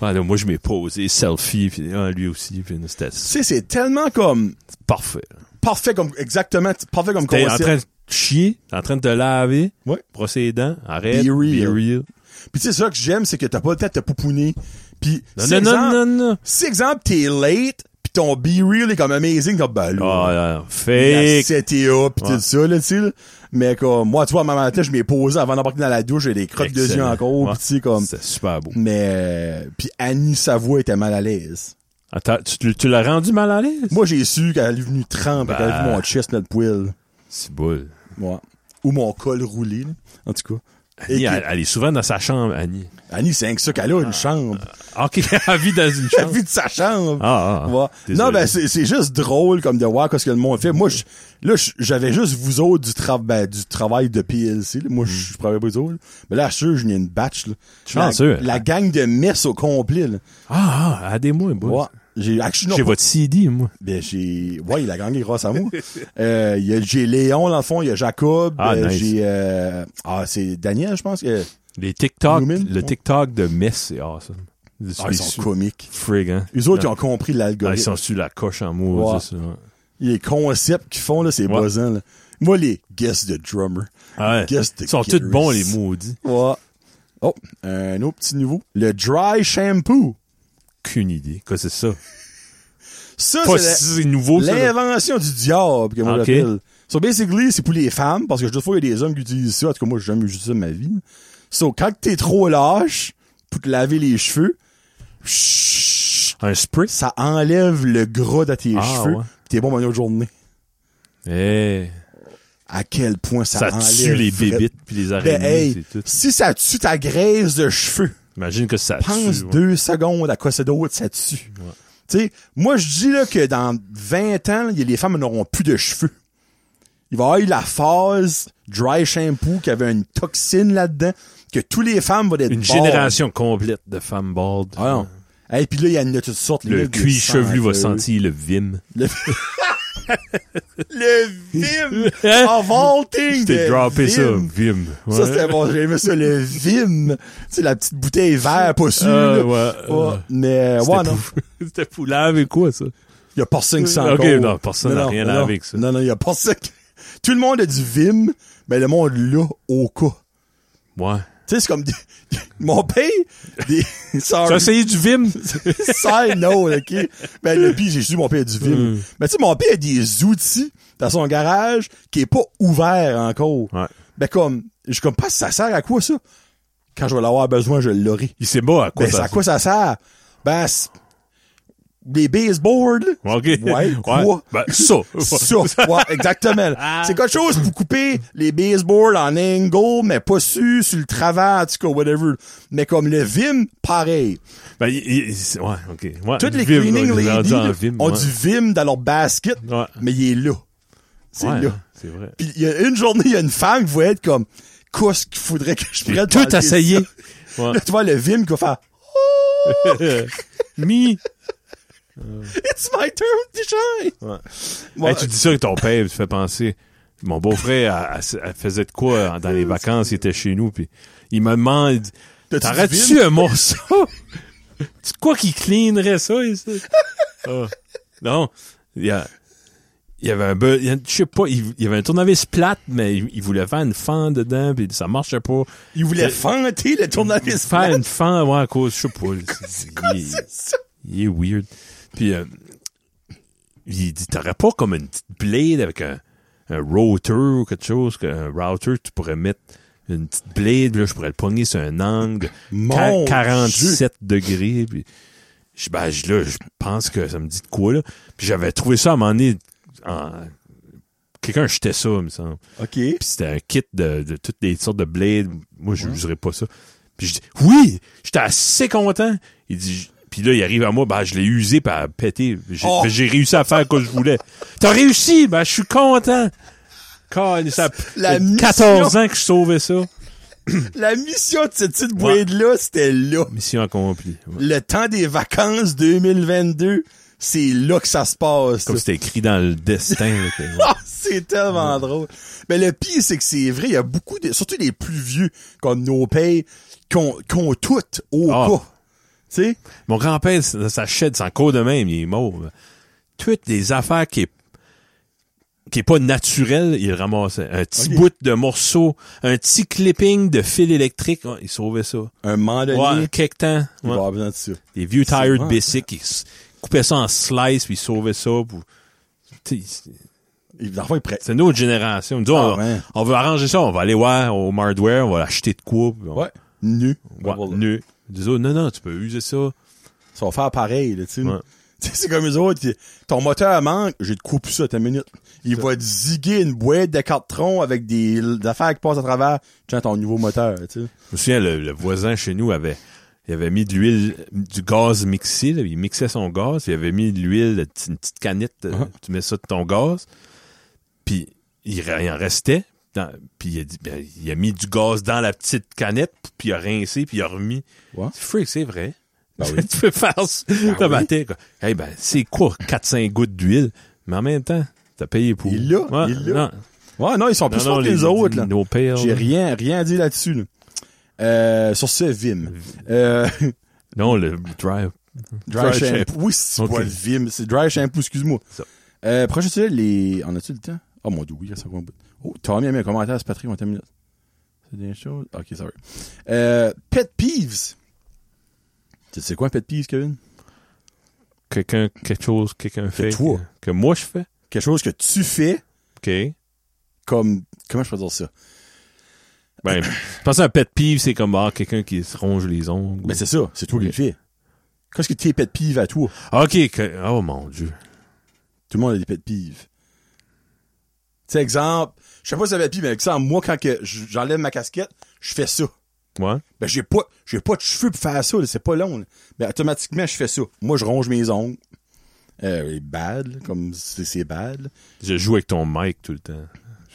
Speaker 2: Ouais, là, moi, je m'ai posé, selfie, puis ah, lui aussi, puis c'était
Speaker 1: Tu sais, c'est tellement comme
Speaker 2: parfait.
Speaker 1: parfait comme exactement parfait comme
Speaker 2: T'es en
Speaker 1: concept.
Speaker 2: train de chier, t'es en train de te laver,
Speaker 1: Ouais.
Speaker 2: brosser les dents, arrête,
Speaker 1: Be real.
Speaker 2: Be real.
Speaker 1: Puis tu sais ça que j'aime c'est que t'as pas le temps de te pouponner. Puis
Speaker 2: Non,
Speaker 1: si
Speaker 2: non,
Speaker 1: exemple,
Speaker 2: non, non, non.
Speaker 1: si exemple t'es late puis ton be real est comme amazing comme ben là.
Speaker 2: Ah, là,
Speaker 1: la
Speaker 2: fake.
Speaker 1: CTA pis
Speaker 2: Ouais.
Speaker 1: tout ça là tu sais là. mais comme moi tu vois ma matin je m'ai posé avant d'embarquer dans la douche j'ai des crottes de yeux
Speaker 2: Excellent.
Speaker 1: encore
Speaker 2: Ouais.
Speaker 1: pis tu sais comme
Speaker 2: C'était super beau.
Speaker 1: mais euh, puis Annie Savoie était mal à l'aise
Speaker 2: Attends, tu, te- tu l'as rendu mal à l'aise?
Speaker 1: moi j'ai su qu'elle est venue trempe qu'elle a vu
Speaker 2: Bah.
Speaker 1: mon chest notre poil
Speaker 2: C'est boule.
Speaker 1: ouais. ou mon col roulé là. en tout cas
Speaker 2: Annie,
Speaker 1: Et
Speaker 2: elle, elle est souvent dans sa chambre, Annie.
Speaker 1: Annie c'est rien que ça qu'elle a
Speaker 2: Ah.
Speaker 1: une chambre
Speaker 2: Ok, elle vit dans une
Speaker 1: la
Speaker 2: chambre.
Speaker 1: vue de sa chambre
Speaker 2: Ah, ah, ah.
Speaker 1: Ouais.
Speaker 2: Désolé.
Speaker 1: Non, ben, c'est c'est juste drôle comme de voir qu'est-ce que le monde fait. Moi, je- là, je- j'avais juste vous autres du, tra- ben, du travail de PLC. là. Moi,
Speaker 2: Hmm.
Speaker 1: je je travaillais pas vous autres. là. Mais là, je suis sûr, j'en ai une batch. Là.
Speaker 2: Chanceux.
Speaker 1: La, la gang de messe au complet. Là.
Speaker 2: Ah, ah, aidez-moi, boy.
Speaker 1: Ouais. J'ai actually, non,
Speaker 2: J'ai
Speaker 1: pas-
Speaker 2: votre CD, moi.
Speaker 1: ben, j'ai, ouais, la gang est grâce à moi. euh, il y a- j'ai Léon, dans le fond, il y a Jacob,
Speaker 2: Ah,
Speaker 1: euh,
Speaker 2: nice.
Speaker 1: j'ai, euh, ah, c'est Daniel, je pense que,
Speaker 2: Les TikTok,
Speaker 1: Newman,
Speaker 2: le
Speaker 1: ouais.
Speaker 2: TikTok de Mess, c'est awesome.
Speaker 1: ah, ils sont comiques.
Speaker 2: Frig, hein.
Speaker 1: Eux autres, ils
Speaker 2: Non.
Speaker 1: ont compris
Speaker 2: Ah,
Speaker 1: l'algorithme.
Speaker 2: ils sont sur la coche en mots.
Speaker 1: Ouais. Les concepts qu'ils font, là, c'est
Speaker 2: Ouais.
Speaker 1: buzzant, là. Moi, les guess the drummer. Guess the
Speaker 2: Ah, Ils sont tous
Speaker 1: guitarist.
Speaker 2: bons, les maudits.
Speaker 1: Ouais. Oh, un autre petit niveau. Le dry shampoo.
Speaker 2: Qu'une idée. Qu'est-ce que c'est ça?
Speaker 1: Ça,
Speaker 2: Pas
Speaker 1: c'est
Speaker 2: si nouveau,
Speaker 1: la-
Speaker 2: ça. là.
Speaker 1: l'invention du diable que moi
Speaker 2: Ok.
Speaker 1: j'appelle. So basically, c'est pour les femmes, parce que d'autres fois, il y a des hommes qui utilisent ça. En tout cas, moi, j'ai jamais utilisé ça de ma vie. So, quand t'es trop lâche pour te laver les cheveux, chut,
Speaker 2: Un spray?
Speaker 1: ça enlève le gras de tes
Speaker 2: Ah,
Speaker 1: cheveux.
Speaker 2: ouais.
Speaker 1: T'es bon pour une autre journée.
Speaker 2: Eh.
Speaker 1: à quel point ça,
Speaker 2: Ça tue
Speaker 1: enlève
Speaker 2: les
Speaker 1: vrai-
Speaker 2: bébites puis les
Speaker 1: Ben,
Speaker 2: araignées.
Speaker 1: hey,
Speaker 2: c'est tout.
Speaker 1: si ça tue ta graisse de cheveux,
Speaker 2: Imagine que ça
Speaker 1: pense
Speaker 2: tue. ouais.
Speaker 1: deux secondes à quoi c'est d'autre ça tue.
Speaker 2: Ouais.
Speaker 1: Tu sais, moi, je dis là que dans 20 ans, là, les femmes n'auront plus de cheveux. Il va y avoir eu la phase dry shampoo qui avait une toxine là-dedans, que tous les femmes vont être
Speaker 2: Une
Speaker 1: bald.
Speaker 2: génération complète de femmes bald.
Speaker 1: Ah non. Et puis là, il y en a toutes sortes. les
Speaker 2: Le
Speaker 1: gars,
Speaker 2: cuir
Speaker 1: des
Speaker 2: chevelu va
Speaker 1: sangles.
Speaker 2: sentir le vim.
Speaker 1: Le vim!
Speaker 2: Hein?
Speaker 1: en vaulting!
Speaker 2: Je t'ai
Speaker 1: de
Speaker 2: droppé ça,
Speaker 1: vim.
Speaker 2: vim.
Speaker 1: Ça, c'était bon, j'ai aimé ça, le vim. Tu sais, la petite bouteille verte, pas sûre.
Speaker 2: Euh,
Speaker 1: là.
Speaker 2: ouais,
Speaker 1: Ouais,
Speaker 2: euh,
Speaker 1: mais,
Speaker 2: c'était
Speaker 1: ouais, non.
Speaker 2: pou- C'était pour laver quoi, ça?
Speaker 1: Il y a personne qui s'en
Speaker 2: Ok,
Speaker 1: court.
Speaker 2: non, personne n'a
Speaker 1: non,
Speaker 2: rien à
Speaker 1: non,
Speaker 2: voir avec ça.
Speaker 1: Non, non, il y a personne qui... Tout le monde a du vim, mais le monde l'a au cas.
Speaker 2: Ouais.
Speaker 1: Tu sais, c'est comme... des- Mon père, des...
Speaker 2: T'as
Speaker 1: Sorry,
Speaker 2: essayé du vim?
Speaker 1: ça, non, OK? Ben, le pire, j'ai su mon père a du vim.
Speaker 2: Hmm.
Speaker 1: Mais tu sais, mon père a des outils dans son garage qui est pas ouvert encore.
Speaker 2: Ouais.
Speaker 1: Ben, comme... Je suis comme, pas, ça sert à quoi, ça? Quand je vais l'avoir besoin, je l'aurai.
Speaker 2: Il sait pas à quoi
Speaker 1: Ben, c'est
Speaker 2: ça
Speaker 1: à quoi ça sert? Ben, c'est- des baseboards, là.
Speaker 2: Ok.
Speaker 1: Ouais, quoi?
Speaker 2: Ben, ça. Ah.
Speaker 1: Ça, ouais, exactement. C'est quelque chose pour couper les baseboards en angle, mais pas su, sur le travers, en tout cas, whatever. Mais comme le Vim, pareil.
Speaker 2: Ben, il- il- c'est- ouais, ok. Ouais,
Speaker 1: Toutes les
Speaker 2: vim,
Speaker 1: cleaning
Speaker 2: on est rendu
Speaker 1: ladies
Speaker 2: en
Speaker 1: là,
Speaker 2: vim,
Speaker 1: ont
Speaker 2: ouais.
Speaker 1: du Vim dans leur basket,
Speaker 2: Ouais.
Speaker 1: mais il est là. C'est
Speaker 2: Ouais,
Speaker 1: là.
Speaker 2: C'est vrai.
Speaker 1: Puis il y a une journée, il y a une femme qui va être comme, qu'est-ce qu'il faudrait que je prenne?
Speaker 2: Tout
Speaker 1: pour
Speaker 2: essayé.
Speaker 1: enlever ça? Là, tu vois le Vim qui va faire,
Speaker 2: Ouais. Mi.
Speaker 1: it's my turn to shine.
Speaker 2: Ouais.
Speaker 1: Ouais.
Speaker 2: Hey, tu dis ça avec ton père, tu fais penser. Mon beau-frère, elle- elle, elle faisait de quoi euh, dans les vacances? Il était chez nous, puis il me demande
Speaker 1: T'as-tu du
Speaker 2: T'arrêtes-tu un morceau? C'est quoi qui cleanerait ça ici? Ah. Non. Il y, a- il y avait un be- il y a- je sais pas, il, il y avait un tournevis plate, mais il, il voulait faire une fan dedans, puis ça marchait pas.
Speaker 1: Il voulait fenter le tournevis.
Speaker 2: Faire une fan, ouais, à cause, je sais pas. C'est- il,
Speaker 1: C'est ça.
Speaker 2: il est weird. Puis euh, il dit T'aurais pas comme une petite blade avec un, un router ou quelque chose, que- un router, tu pourrais mettre une petite blade, là, je pourrais le pogner sur un angle.
Speaker 1: Mon
Speaker 2: Qua- 47 degrés. Puis, je, ben, je- là, je pense que ça me dit de quoi, là. Puis j'avais trouvé ça à un moment donné. en- Quelqu'un jetait ça, il me semble.
Speaker 1: OK.
Speaker 2: Puis c'était un kit de, de toutes les sortes de blades. Moi, je n'userais pas ça. Puis je dis, oui! J'étais assez content. Il dit, puis là, il arrive à moi, ben, je l'ai usé, puis elle a pété. J'ai ben,
Speaker 1: Oh!
Speaker 2: j'ai réussi à faire ce que je voulais. T'as réussi! Ben, je suis content! Car, ça,
Speaker 1: La
Speaker 2: ça fait 14
Speaker 1: mission.
Speaker 2: ans que je sauvais ça.
Speaker 1: La mission de cette petite boîte-là, c'était là.
Speaker 2: Mission accomplie. Ouais.
Speaker 1: Le temps des vacances 2022, c'est là que ça se passe.
Speaker 2: Comme
Speaker 1: ça.
Speaker 2: c'était écrit dans le destin. là, que-
Speaker 1: Ah, c'est tellement drôle. Mais le pire, c'est que c'est vrai, il y a beaucoup, de, surtout les plus vieux, comme nos pays, qu'on qu'on toutes au
Speaker 2: Ah.
Speaker 1: cas. Tu sais?
Speaker 2: Mon grand-père, ça ça achète, c'est encore de même, il est mort. là. Toutes les affaires qui est, qui est pas naturel, il le ramassait. Un petit
Speaker 1: Ok.
Speaker 2: bout de morceau, un petit clipping de fil électrique, ouais, il sauvait ça.
Speaker 1: Un mandonnier,
Speaker 2: Ouais, quelques temps.
Speaker 1: il va
Speaker 2: ouais.
Speaker 1: avoir besoin de ça.
Speaker 2: Des vieux
Speaker 1: C'est
Speaker 2: tired
Speaker 1: vrai.
Speaker 2: basic, il s- coupait ça en slice, puis il sauvait ça. pour- Tu sais,
Speaker 1: Et l'enfant est prêt.
Speaker 2: C'est notre génération. Nous,
Speaker 1: Ah,
Speaker 2: on,
Speaker 1: ouais.
Speaker 2: on veut arranger ça, on va aller voir au hardware, on va l'acheter de quoi. puis on-
Speaker 1: Ouais. Nu.
Speaker 2: Ouais,
Speaker 1: Voilà.
Speaker 2: nu. Des autres, non, non, tu peux user ça.
Speaker 1: Ça va faire pareil, là, tu sais.
Speaker 2: Ouais.
Speaker 1: Tu sais, c'est comme les autres. ils- Ton moteur manque, j'ai de couper ça, ta minute. Il va te ziguer une boîte de carton avec des, des affaires qui passent à travers. Tiens, ton nouveau moteur, tu sais.
Speaker 2: Je me souviens, le, le voisin chez nous avait, il avait mis de l'huile, du gaz mixé, là. il mixait son gaz, il avait mis de l'huile, la petite- une petite canette, euh,
Speaker 1: Ah.
Speaker 2: tu mets ça de ton gaz, puis il, re- il en restait, dans- puis il a, dit, ben, il a mis du gaz dans la petite canette, puis il a rincé, puis il a remis.
Speaker 1: Ouais.
Speaker 2: C'est freak, c'est vrai.
Speaker 1: Ben oui. Ben
Speaker 2: tu peux faire ça. T'as batté, quoi. Hey, ben, c'est quoi 4-5 gouttes d'huile? Mais en même temps, t'as payé pour.
Speaker 1: Il l'a,
Speaker 2: Ouais,
Speaker 1: il l'a.
Speaker 2: non.
Speaker 1: Ouais, non, ils sont plus
Speaker 2: Non, non,
Speaker 1: forts que les, autres, là.
Speaker 2: nos pères,
Speaker 1: J'ai
Speaker 2: là.
Speaker 1: rien, rien dit là-dessus, là. Euh, sur ce, Vim. Euh,
Speaker 2: Non, le drive.
Speaker 1: dry,
Speaker 2: Dry
Speaker 1: shampoo.
Speaker 2: shampoo.
Speaker 1: Oui, c'est
Speaker 2: Ok.
Speaker 1: pas le Vim, c'est dry shampoo, excuse-moi.
Speaker 2: Ça.
Speaker 1: Euh, prochain sujet, les, en as-tu le temps? Oh mon dieu, oui, ça va Oh, Tommy a mis un commentaire, c'est Patrick, on termine. C'est des choses. Ok, sorry. Euh, pet peeves. Tu sais quoi un pet peeves, Kevin?
Speaker 2: quelqu'un quelque chose quelqu'un fait
Speaker 1: toi.
Speaker 2: que, que moi je fais
Speaker 1: quelque chose que tu fais
Speaker 2: ok
Speaker 1: comme comment je peux dire ça
Speaker 2: ben je pense à un pet peeve c'est comme ah, quelqu'un qui se ronge les ongles
Speaker 1: ben c'est ça c'est toi qui
Speaker 2: Oui.
Speaker 1: le fais qu'est-ce que tes pet peeves à toi
Speaker 2: ok que- oh mon dieu
Speaker 1: tout le monde a des pet peeves sais, exemple, je sais pas si ça va être pire, mais exemple, moi, quand que j- j'enlève ma casquette, je fais ça.
Speaker 2: Ouais.
Speaker 1: Ben, j'ai pas, j'ai pas de cheveux pour faire ça, là, c'est pas long, là. Ben, automatiquement, je fais ça. Moi, je ronge mes ongles. Euh, et bad, là, comme c'est, c'est bad, là.
Speaker 2: Je joue avec ton mic tout le temps.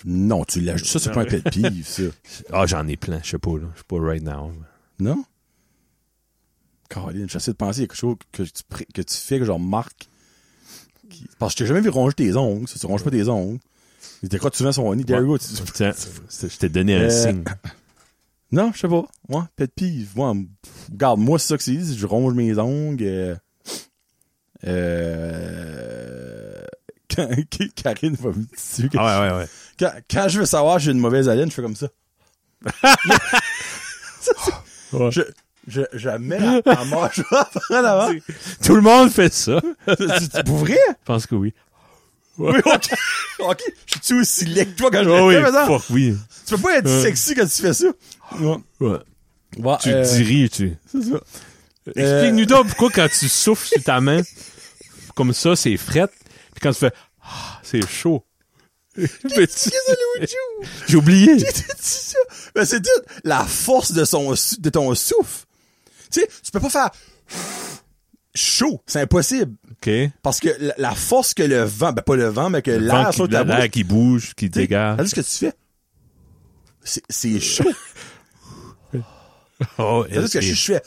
Speaker 1: Non, tu l'as, ça, c'est pas un pet peeve, ça.
Speaker 2: Ah, j'en ai plein. Je sais pas, là. Je sais pas right now.
Speaker 1: Non? Caroline, j'essaie de penser à quelque chose que tu, pré- que tu fais, que je remarque. Qui- Parce que je t'ai jamais vu ronger tes ongles, ça, tu ronges pas tes ongles. Il décrotte souvent son nid, There you go, tu- tu-
Speaker 2: Tiens, je t'ai donné un
Speaker 1: Euh,
Speaker 2: signe.
Speaker 1: Non, je sais pas. Moi, pet peeve. Moi, m- regarde, moi, c'est ça que c'est. Je ronge mes ongles. Euh... euh, Quand... Karine va me tuer. Quand...
Speaker 2: Ah, ouais, ouais, ouais.
Speaker 1: Quand... quand je veux savoir que j'ai une mauvaise haleine, je fais comme ça.
Speaker 2: Ouais.
Speaker 1: Je... Je, je mets la, la manche en avant.
Speaker 2: Tout le monde fait ça.
Speaker 1: Tu- tu- Pour vrai?
Speaker 2: Je pense que oui.
Speaker 1: Oui, ok. Ok, je suis aussi laid que toi quand je
Speaker 2: Ah
Speaker 1: le
Speaker 2: oui,
Speaker 1: fais, mais non,
Speaker 2: fuck oui.
Speaker 1: Tu peux pas être
Speaker 2: Euh.
Speaker 1: sexy quand tu fais ça.
Speaker 2: Ouais.
Speaker 1: Ouais,
Speaker 2: Tu
Speaker 1: euh,
Speaker 2: diriges, tu.
Speaker 1: c'est ça.
Speaker 2: Explique-nous
Speaker 1: Euh,
Speaker 2: donc pourquoi quand tu souffles sur ta main, comme ça, c'est frette, puis quand tu fais, ah, c'est chaud. Peux-tu-
Speaker 1: Qu'est-ce que c'est, Luigi?
Speaker 2: J'ai oublié.
Speaker 1: J'ai tout dit ça. Mais c'est toute la force de, son, sou- de ton souffle. Tu sais, tu peux pas faire chaud. C'est impossible.
Speaker 2: OK.
Speaker 1: Parce que la, la force que le vent, ben pas le vent, mais que
Speaker 2: Vent
Speaker 1: l'air
Speaker 2: qui-
Speaker 1: sur ta
Speaker 2: L'air
Speaker 1: bouche.
Speaker 2: qui bouge, qui
Speaker 1: tu sais,
Speaker 2: dégage.
Speaker 1: Tandis que tu fais. C'est, c'est chaud.
Speaker 2: Oh,
Speaker 1: Tandis que je, je fais.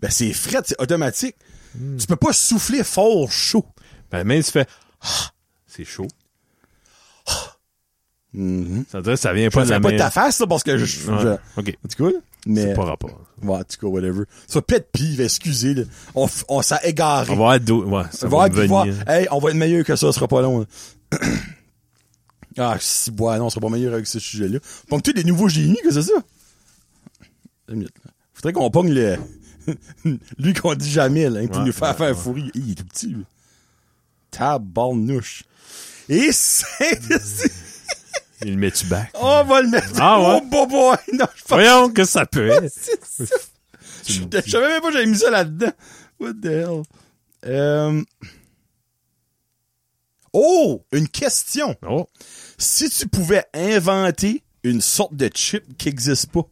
Speaker 1: Ben c'est fret, c'est automatique.
Speaker 2: Hmm.
Speaker 1: Tu peux pas souffler fort chaud.
Speaker 2: Ben, même si tu fais, ah, c'est chaud.
Speaker 1: Mhm.
Speaker 2: Ça dirait que ça vient
Speaker 1: Je
Speaker 2: pas de la
Speaker 1: fais pas de
Speaker 2: main.
Speaker 1: ta face, là, parce que je. je-
Speaker 2: Mm-hmm. Ouais.
Speaker 1: je-
Speaker 2: OK.
Speaker 1: C'est cool? Mais.
Speaker 2: C'est pas rapport.
Speaker 1: Ouais, en tout cas, whatever. Ça, pète pive, excusez, là. On, f- on s'est égaré.
Speaker 2: On va être d'eau. Ouais, ça
Speaker 1: Voir
Speaker 2: va
Speaker 1: puis voir.
Speaker 2: venir.
Speaker 1: Hey, on va être meilleur que ça, ce sera pas long. là. ah, si, bois, non, on sera pas meilleur avec ce sujet-là. Pogne tu des nouveaux génies, que c'est ça? Deux minutes, là. Faudrait qu'on pogne le. lui qu'on dit jamais, là, hein, pour
Speaker 2: Ouais,
Speaker 1: nous faire
Speaker 2: ouais,
Speaker 1: faire fourri. Hey, Il est tout petit, lui. Tabarnouche. Et c'est.
Speaker 2: Il le met-tu back?
Speaker 1: on va le mettre.
Speaker 2: Ah, ouais?
Speaker 1: Oh, bon boy. Non, je pense.
Speaker 2: Voyons que ça peut être.
Speaker 1: Je je savais même pas que j'avais mis ça là-dedans. What the hell? Euh... Oh! Une question!
Speaker 2: Oh.
Speaker 1: Si tu pouvais inventer une sorte de chip qui n'existe pas,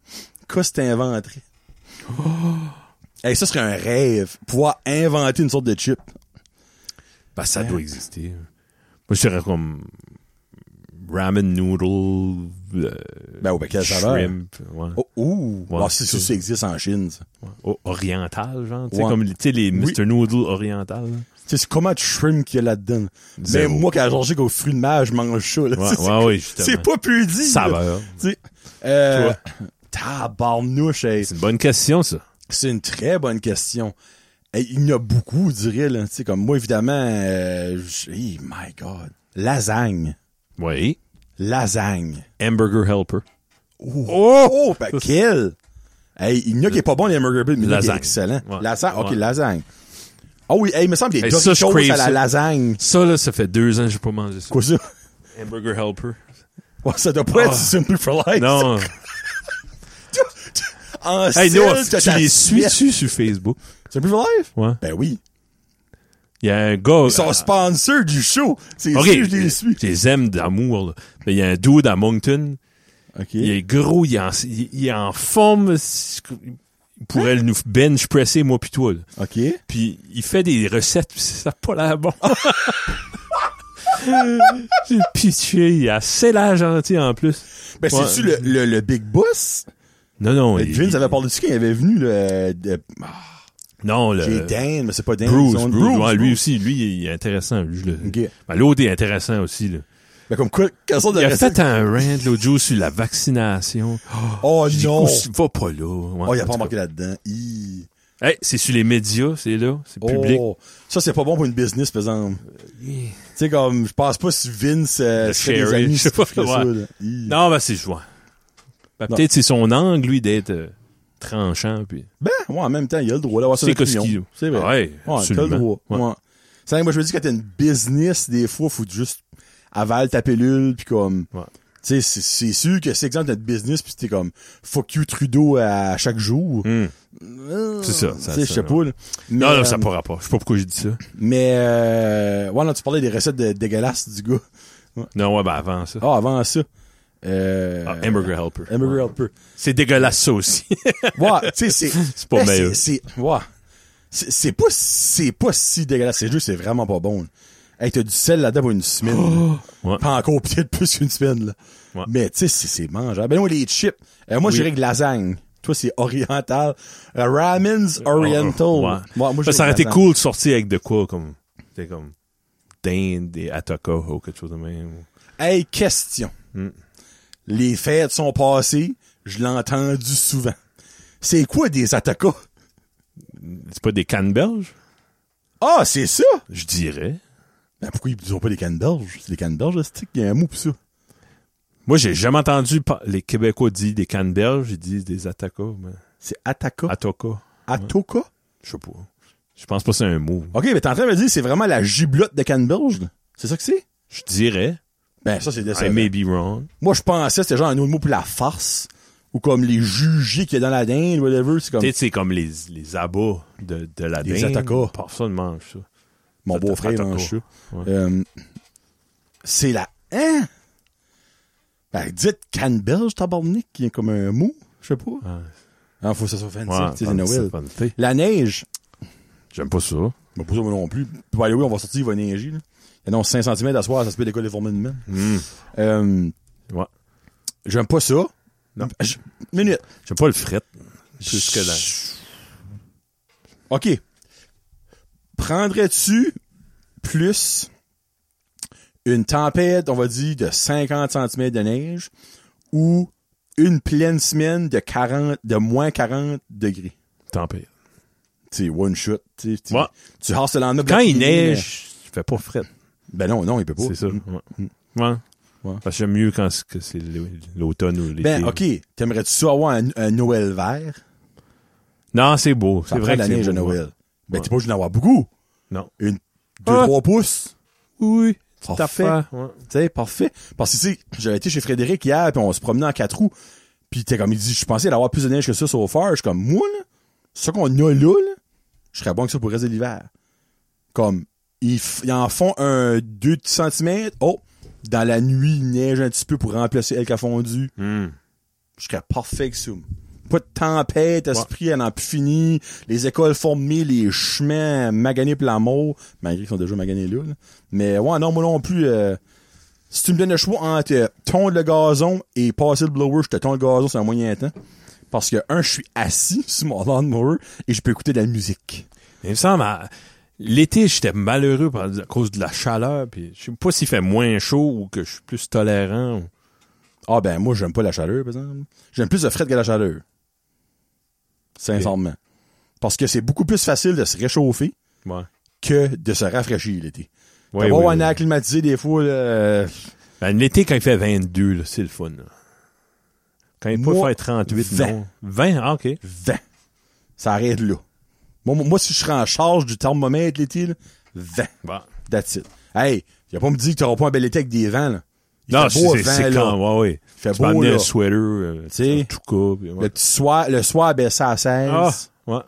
Speaker 1: qu'est-ce que t'inventerais? Hey, ça serait un rêve. Pouvoir inventer une sorte de chip.
Speaker 2: Ben, ça doit exister. Moi, je dirais comme ramen noodle, euh,
Speaker 1: Ben, au paquet de saveur.
Speaker 2: shrimp, ouais.
Speaker 1: Oh, ouh!
Speaker 2: Ouais,
Speaker 1: Ah, c'est
Speaker 2: c'est
Speaker 1: sûr que ça existe en Chine, ça.
Speaker 2: O- oriental, genre. Tu sais,
Speaker 1: Ouais.
Speaker 2: comme tu sais, les Mr.
Speaker 1: Oui.
Speaker 2: Noodle oriental. là.
Speaker 1: Tu sais, c'est comment de shrimp qu'il y a là-dedans?
Speaker 2: Zéro.
Speaker 1: Même moi, quand j'ai qu'au fruit de mer, je mange ça. là.
Speaker 2: Ouais,
Speaker 1: C'est-
Speaker 2: ouais, ouais,
Speaker 1: c'est
Speaker 2: justement.
Speaker 1: c'est pas plus dit. là.
Speaker 2: Saveur.
Speaker 1: Tu sais, euh, tabarnouche, hey.
Speaker 2: C'est une bonne question, ça.
Speaker 1: c'est une très bonne question. Hey, il y en a beaucoup, je dirais, là. Tu sais, comme moi, évidemment, euh, j- hey, my God. Lasagne.
Speaker 2: Oui.
Speaker 1: Lasagne.
Speaker 2: Hamburger helper.
Speaker 1: Oh! Oh, ben, quel! Hey, il y en a qui est pas bon, les hamburger Bill, mais il y en a qui est
Speaker 2: Lasagne.
Speaker 1: excellent.
Speaker 2: Ouais.
Speaker 1: Lasagne, ok,
Speaker 2: Ouais.
Speaker 1: lasagne. Ah oui, hey, il me semble qu'il y a
Speaker 2: Hey,
Speaker 1: des
Speaker 2: ça, je
Speaker 1: Doritos
Speaker 2: crave
Speaker 1: à la
Speaker 2: ça.
Speaker 1: lasagne.
Speaker 2: Ça, là, ça fait deux ans que j'ai pas mangé ça.
Speaker 1: Quoi ça?
Speaker 2: Hamburger helper.
Speaker 1: Ouais, ça doit pas être
Speaker 2: Ah.
Speaker 1: simple for life.
Speaker 2: Non.
Speaker 1: En
Speaker 2: hey,
Speaker 1: style,
Speaker 2: no,
Speaker 1: t'as
Speaker 2: tu
Speaker 1: ta
Speaker 2: les
Speaker 1: suite.
Speaker 2: suis-tu sur Facebook?
Speaker 1: Simple for life?
Speaker 2: Ouais.
Speaker 1: Ben oui.
Speaker 2: Il y a un gars.
Speaker 1: Ils sont sponsors du show. C'est
Speaker 2: Ah. Ok,
Speaker 1: sûr, je les suis.
Speaker 2: Je les aime d'amour, là. Mais il y a un dude à Moncton.
Speaker 1: OK.
Speaker 2: Il est gros, il est en, il, il est en forme. c'est- Il
Speaker 1: Hein?
Speaker 2: pourrait nous bench presser, moi pis toi, là.
Speaker 1: OK.
Speaker 2: Puis il fait des recettes, pis ça a pas l'air bon. J'ai pitié, il a assez l'air gentil en plus.
Speaker 1: Ben,
Speaker 2: Ouais.
Speaker 1: c'est-tu le, le, le Big Boss?
Speaker 2: Non, non,
Speaker 1: Ben,
Speaker 2: il-
Speaker 1: Vince avait parlé dessus quand il avait venu, le, de, ah,
Speaker 2: non, le...
Speaker 1: j'ai Dan, mais c'est pas Dan.
Speaker 2: Euh, Bruce,
Speaker 1: ils ont-
Speaker 2: Bruce, ouais, lui
Speaker 1: Bruce.
Speaker 2: aussi, lui, il est intéressant. lui, je le-
Speaker 1: Ok.
Speaker 2: Ben, L'autre est intéressant aussi. Là.
Speaker 1: Ben, comme quoi, quelle sorte de
Speaker 2: Il a
Speaker 1: recette-
Speaker 2: fait un rant l'autre jour sur la vaccination.
Speaker 1: Oh,
Speaker 2: J'ai dit,
Speaker 1: non!
Speaker 2: Où- va pas là. Ouais,
Speaker 1: Oh, il a pas
Speaker 2: en tout cas.
Speaker 1: embarqué là-dedans. Hi.
Speaker 2: Hey, c'est sur les médias, c'est là, c'est public.
Speaker 1: Oh, ça, c'est pas bon pour une business, par exemple. Tu sais, comme, je pense pas si Vince, euh,
Speaker 2: Le
Speaker 1: se fait des
Speaker 2: Sherry,
Speaker 1: amis,
Speaker 2: je sais pas,
Speaker 1: si tu fais ça,
Speaker 2: ouais.
Speaker 1: là. Hi.
Speaker 2: Non, ben c'est jouant. Ben,
Speaker 1: Non.
Speaker 2: peut-être c'est son angle, lui, d'être euh, tranchant. Puis...
Speaker 1: Ben, ouais, en même temps, il a le droit d'avoir son
Speaker 2: C'est qu'est-ce
Speaker 1: opinion.
Speaker 2: qu'il-
Speaker 1: C'est vrai.
Speaker 2: Ouais,
Speaker 1: Ouais, t'as
Speaker 2: absolument.
Speaker 1: le droit.
Speaker 2: Ouais.
Speaker 1: Ouais. C'est vrai que moi, je me dis, quand t'as une business, des fois, faut juste avaler ta pilule, puis comme...
Speaker 2: Ouais.
Speaker 1: Tu sais, c'est- c'est sûr que c'est exemple notre business, puis t'es comme « fuck you Trudeau à chaque jour
Speaker 2: Hmm.
Speaker 1: Euh,
Speaker 2: C'est ça,
Speaker 1: Tu
Speaker 2: ça-
Speaker 1: sais, je
Speaker 2: ça,
Speaker 1: sais
Speaker 2: non.
Speaker 1: pas. là. Mais,
Speaker 2: Non, non, ça
Speaker 1: euh,
Speaker 2: n'a pas rapport. Je sais pas pourquoi j'ai dit ça.
Speaker 1: Mais, euh, ouais, non, tu parlais des recettes de- dégueulasses du gars.
Speaker 2: Non, ouais, ben avant ça.
Speaker 1: Ah, avant ça. Euh,
Speaker 2: Ah, Hamburger Helper.
Speaker 1: Hamburger Helper.
Speaker 2: C'est dégueulasse ça aussi.
Speaker 1: Ouais, tu sais, c'est.
Speaker 2: C'est pas
Speaker 1: Eh,
Speaker 2: meilleur.
Speaker 1: C'est, c'est- ouais. C'est c'est pas, c'est pas si dégueulasse. C'est juste, c'est vraiment pas bon. Hey, t'as du sel là-dedans pour une semaine. là.
Speaker 2: Ouais.
Speaker 1: Pas encore, peut-être plus qu'une semaine, là.
Speaker 2: Ouais.
Speaker 1: Mais, tu sais, c'est, c'est mangeable. Ben, non, les chips. Euh, moi,
Speaker 2: Oui.
Speaker 1: j'irais avec lasagne. Toi, c'est oriental. Euh, Ramen's oriental.
Speaker 2: Oh, Ouais.
Speaker 1: Ouais, moi, j'irais
Speaker 2: ça aurait
Speaker 1: avec
Speaker 2: été
Speaker 1: lasagne.
Speaker 2: cool de sortir avec de quoi comme. C'était comme. Dinde et Ataka ou quelque chose de même.
Speaker 1: Hey, question.
Speaker 2: Hmm.
Speaker 1: Les fêtes sont passées. Je l'ai entendu souvent. C'est quoi des attaquas?
Speaker 2: C'est pas des cannes belges?
Speaker 1: Ah, c'est ça!
Speaker 2: Je dirais.
Speaker 1: Ben, pourquoi ils disent pas des cannes d'orge? C'est des cannes d'orge, c'est Il y a un mot pour ça.
Speaker 2: Moi, j'ai jamais entendu par- les Québécois dire des cannes belges, ils disent des Ataka. Mais...
Speaker 1: C'est Ataka.
Speaker 2: Ataka.
Speaker 1: Atoka?
Speaker 2: Je sais pas. Je pense pas que c'est un mot.
Speaker 1: Ok, mais t'es en train de me dire, c'est vraiment la giblotte de Canberge, là. C'est ça que c'est?
Speaker 2: Je dirais.
Speaker 1: Ben, ça, c'est
Speaker 2: I
Speaker 1: décevant.
Speaker 2: may be wrong.
Speaker 1: Moi, je pensais, c'était genre un autre mot pour la farce. Ou comme les jugés qu'il y a dans la dinde, whatever. C'est comme,
Speaker 2: Peut-être c'est comme les, les abats de, de la
Speaker 1: Les
Speaker 2: dinde.
Speaker 1: Ataka.
Speaker 2: Personne mange ça.
Speaker 1: mon beau-frère
Speaker 2: Ataka.
Speaker 1: mange ça.
Speaker 2: Ouais.
Speaker 1: Euh, c'est la, hein? Ben, dites Canberge, tabarnak, qui est comme un mot. Je sais pas.
Speaker 2: Ah.
Speaker 1: Ah, faut que ça soit fancy.
Speaker 2: Ouais,
Speaker 1: tu sais, c'est
Speaker 2: fancy,
Speaker 1: Noël.
Speaker 2: fancy.
Speaker 1: La neige.
Speaker 2: J'aime pas ça.
Speaker 1: Ben, pas ça, moi non plus. Puis, by the way, on va sortir, il va neiger, là. Il annonce 5 cm à soir, ça se peut décoller formés de main. Euh,
Speaker 2: Hmm. Ouais.
Speaker 1: J'aime pas ça. Je- Minute.
Speaker 2: J'aime pas le fret. Plus que la-
Speaker 1: OK. Prendrais-tu plus une tempête, on va dire, de 50 cm de neige ou une pleine semaine de 40, de moins 40 degrés?
Speaker 2: Tant pis.
Speaker 1: C'est one shot. Tu sais, tu-
Speaker 2: Ouais.
Speaker 1: tu hasses le lendemain.
Speaker 2: Quand il neige, il fait pas fret.
Speaker 1: Ben non, non, il peut pas.
Speaker 2: C'est ça. Ouais. Ouais.
Speaker 1: Mm. Ouais.
Speaker 2: Parce que j'aime mieux quand c'est- que c'est l'au- l'automne ou l'été.
Speaker 1: Ben, OK. T'aimerais-tu ça avoir un, un Noël vert?
Speaker 2: Non, c'est beau. C'est
Speaker 1: Ça
Speaker 2: vrai
Speaker 1: prend
Speaker 2: que
Speaker 1: la
Speaker 2: c'est
Speaker 1: neige
Speaker 2: beau, hein.
Speaker 1: à
Speaker 2: ouais.
Speaker 1: Noël. Ben, t'es pas obligé d'en avoir beaucoup.
Speaker 2: Non.
Speaker 1: Une, deux,
Speaker 2: Ah.
Speaker 1: trois pouces.
Speaker 2: Oui,
Speaker 1: tout
Speaker 2: tout
Speaker 1: à
Speaker 2: à
Speaker 1: fait.
Speaker 2: Ouais.
Speaker 1: Tu sais, parfait. Parce que, tu sais, j'avais été chez Frédéric hier, puis on se promenait en quatre roues. Puis t'es comme, il dit, je pensais d'avoir plus de neige que ça sur le phare. Je suis comme, moi, là, ça qu'on a là, là, je serais bon que ça pour le reste de l'hiver. Comme, ils, f- ils en font un 2 cm. Oh, dans la nuit, il neige un petit peu pour remplacer elle qui a fondu.
Speaker 2: Hmm.
Speaker 1: Je serais parfait avec ça. Pas de tempête, esprit, elle n'en plus fini. Les écoles formées, les chemins maganés pour l'amour. Malgré qu'ils sont déjà maganés là, là. Mais ouais, non, moi non plus. euh, si tu me donnes le choix entre euh, tondre le gazon et passer le blower, je te tonds le gazon, c'est un moyen temps. Parce que, un, je suis assis sur mon lawnmower et je peux écouter de la musique.
Speaker 2: Il me semble, à- l'été, j'étais malheureux par- à cause de la chaleur. Puis je sais pas s'il fait moins chaud ou que je suis plus tolérant. ou-
Speaker 1: Ah ben, moi, j'aime pas la chaleur, par exemple. J'aime plus le fret que la chaleur. Sincèrement. Parce que c'est beaucoup plus facile de se réchauffer
Speaker 2: Ouais.
Speaker 1: que de se rafraîchir l'été.
Speaker 2: Ouais,
Speaker 1: T'as beau
Speaker 2: ouais,
Speaker 1: avoir
Speaker 2: ouais.
Speaker 1: un air climatisé des fois, là, euh,
Speaker 2: Ben, l'été, quand il fait 22, là, c'est le fun. là. Quand il peut
Speaker 1: Moi,
Speaker 2: faire 38,
Speaker 1: 20.
Speaker 2: non. 20, ah, OK.
Speaker 1: 20. Ça arrête là. Moi, moi, moi, si je serais en charge du thermomètre l'été, là, 20.
Speaker 2: Bon.
Speaker 1: That's it. Hey, y a pas me dire que t'auras pas un bel été avec des vents, là. Il
Speaker 2: Non,
Speaker 1: fait beau
Speaker 2: c'est
Speaker 1: à 20,
Speaker 2: c'est
Speaker 1: là.
Speaker 2: quand, ouais, ouais.
Speaker 1: fait
Speaker 2: tu peux
Speaker 1: beau,
Speaker 2: amener
Speaker 1: là.
Speaker 2: un sweater, euh,
Speaker 1: sais.
Speaker 2: un tout cas. puis
Speaker 1: Le
Speaker 2: ouais.
Speaker 1: petit soir, le soir, ben, ça à 16.
Speaker 2: Ah, ouais.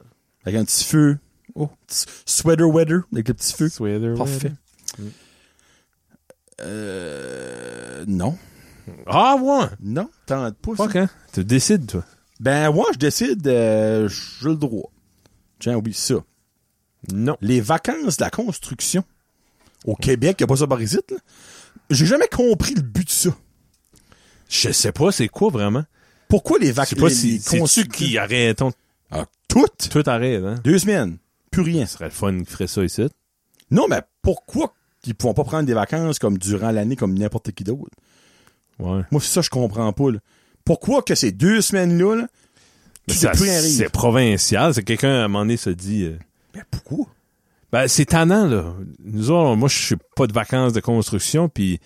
Speaker 1: Avec un petit feu. Oh, petit sweater weather, avec le petit feu.
Speaker 2: Sweater,
Speaker 1: Parfait.
Speaker 2: ouais.
Speaker 1: Euh, non.
Speaker 2: Ah, ouais.
Speaker 1: Non, tente pas. ça.
Speaker 2: Fuck, hein. Tu décides, toi.
Speaker 1: Ben, moi, je décide, euh, j'ai le droit. Tiens, oublie ça.
Speaker 2: Non.
Speaker 1: les vacances de la construction. Au Québec, il a pas ça par ici. là. J'ai jamais compris le but de ça.
Speaker 2: Je sais pas, c'est quoi vraiment?
Speaker 1: Pourquoi les
Speaker 2: Je sais
Speaker 1: vacances
Speaker 2: pas si c'est tu qui arrête. hein. on-
Speaker 1: toutes
Speaker 2: Tout arrête, hein?
Speaker 1: deux semaines, plus rien.
Speaker 2: Ce serait le fun qu'ils ferait ça ici.
Speaker 1: Non, mais pourquoi ils ne pas prendre des vacances comme durant l'année comme n'importe qui d'autre
Speaker 2: Ouais.
Speaker 1: Moi ça je comprends pas. là. Pourquoi que ces deux semaines là,
Speaker 2: Mais
Speaker 1: tu
Speaker 2: ça,
Speaker 1: sais plus rien
Speaker 2: C'est
Speaker 1: arrive.
Speaker 2: provincial. C'est quelqu'un, à un moment donné, se dit... euh,
Speaker 1: Mais pourquoi
Speaker 2: Ben, c'est tannant, là. Nous autres, moi, je suis pas de vacances de construction, puis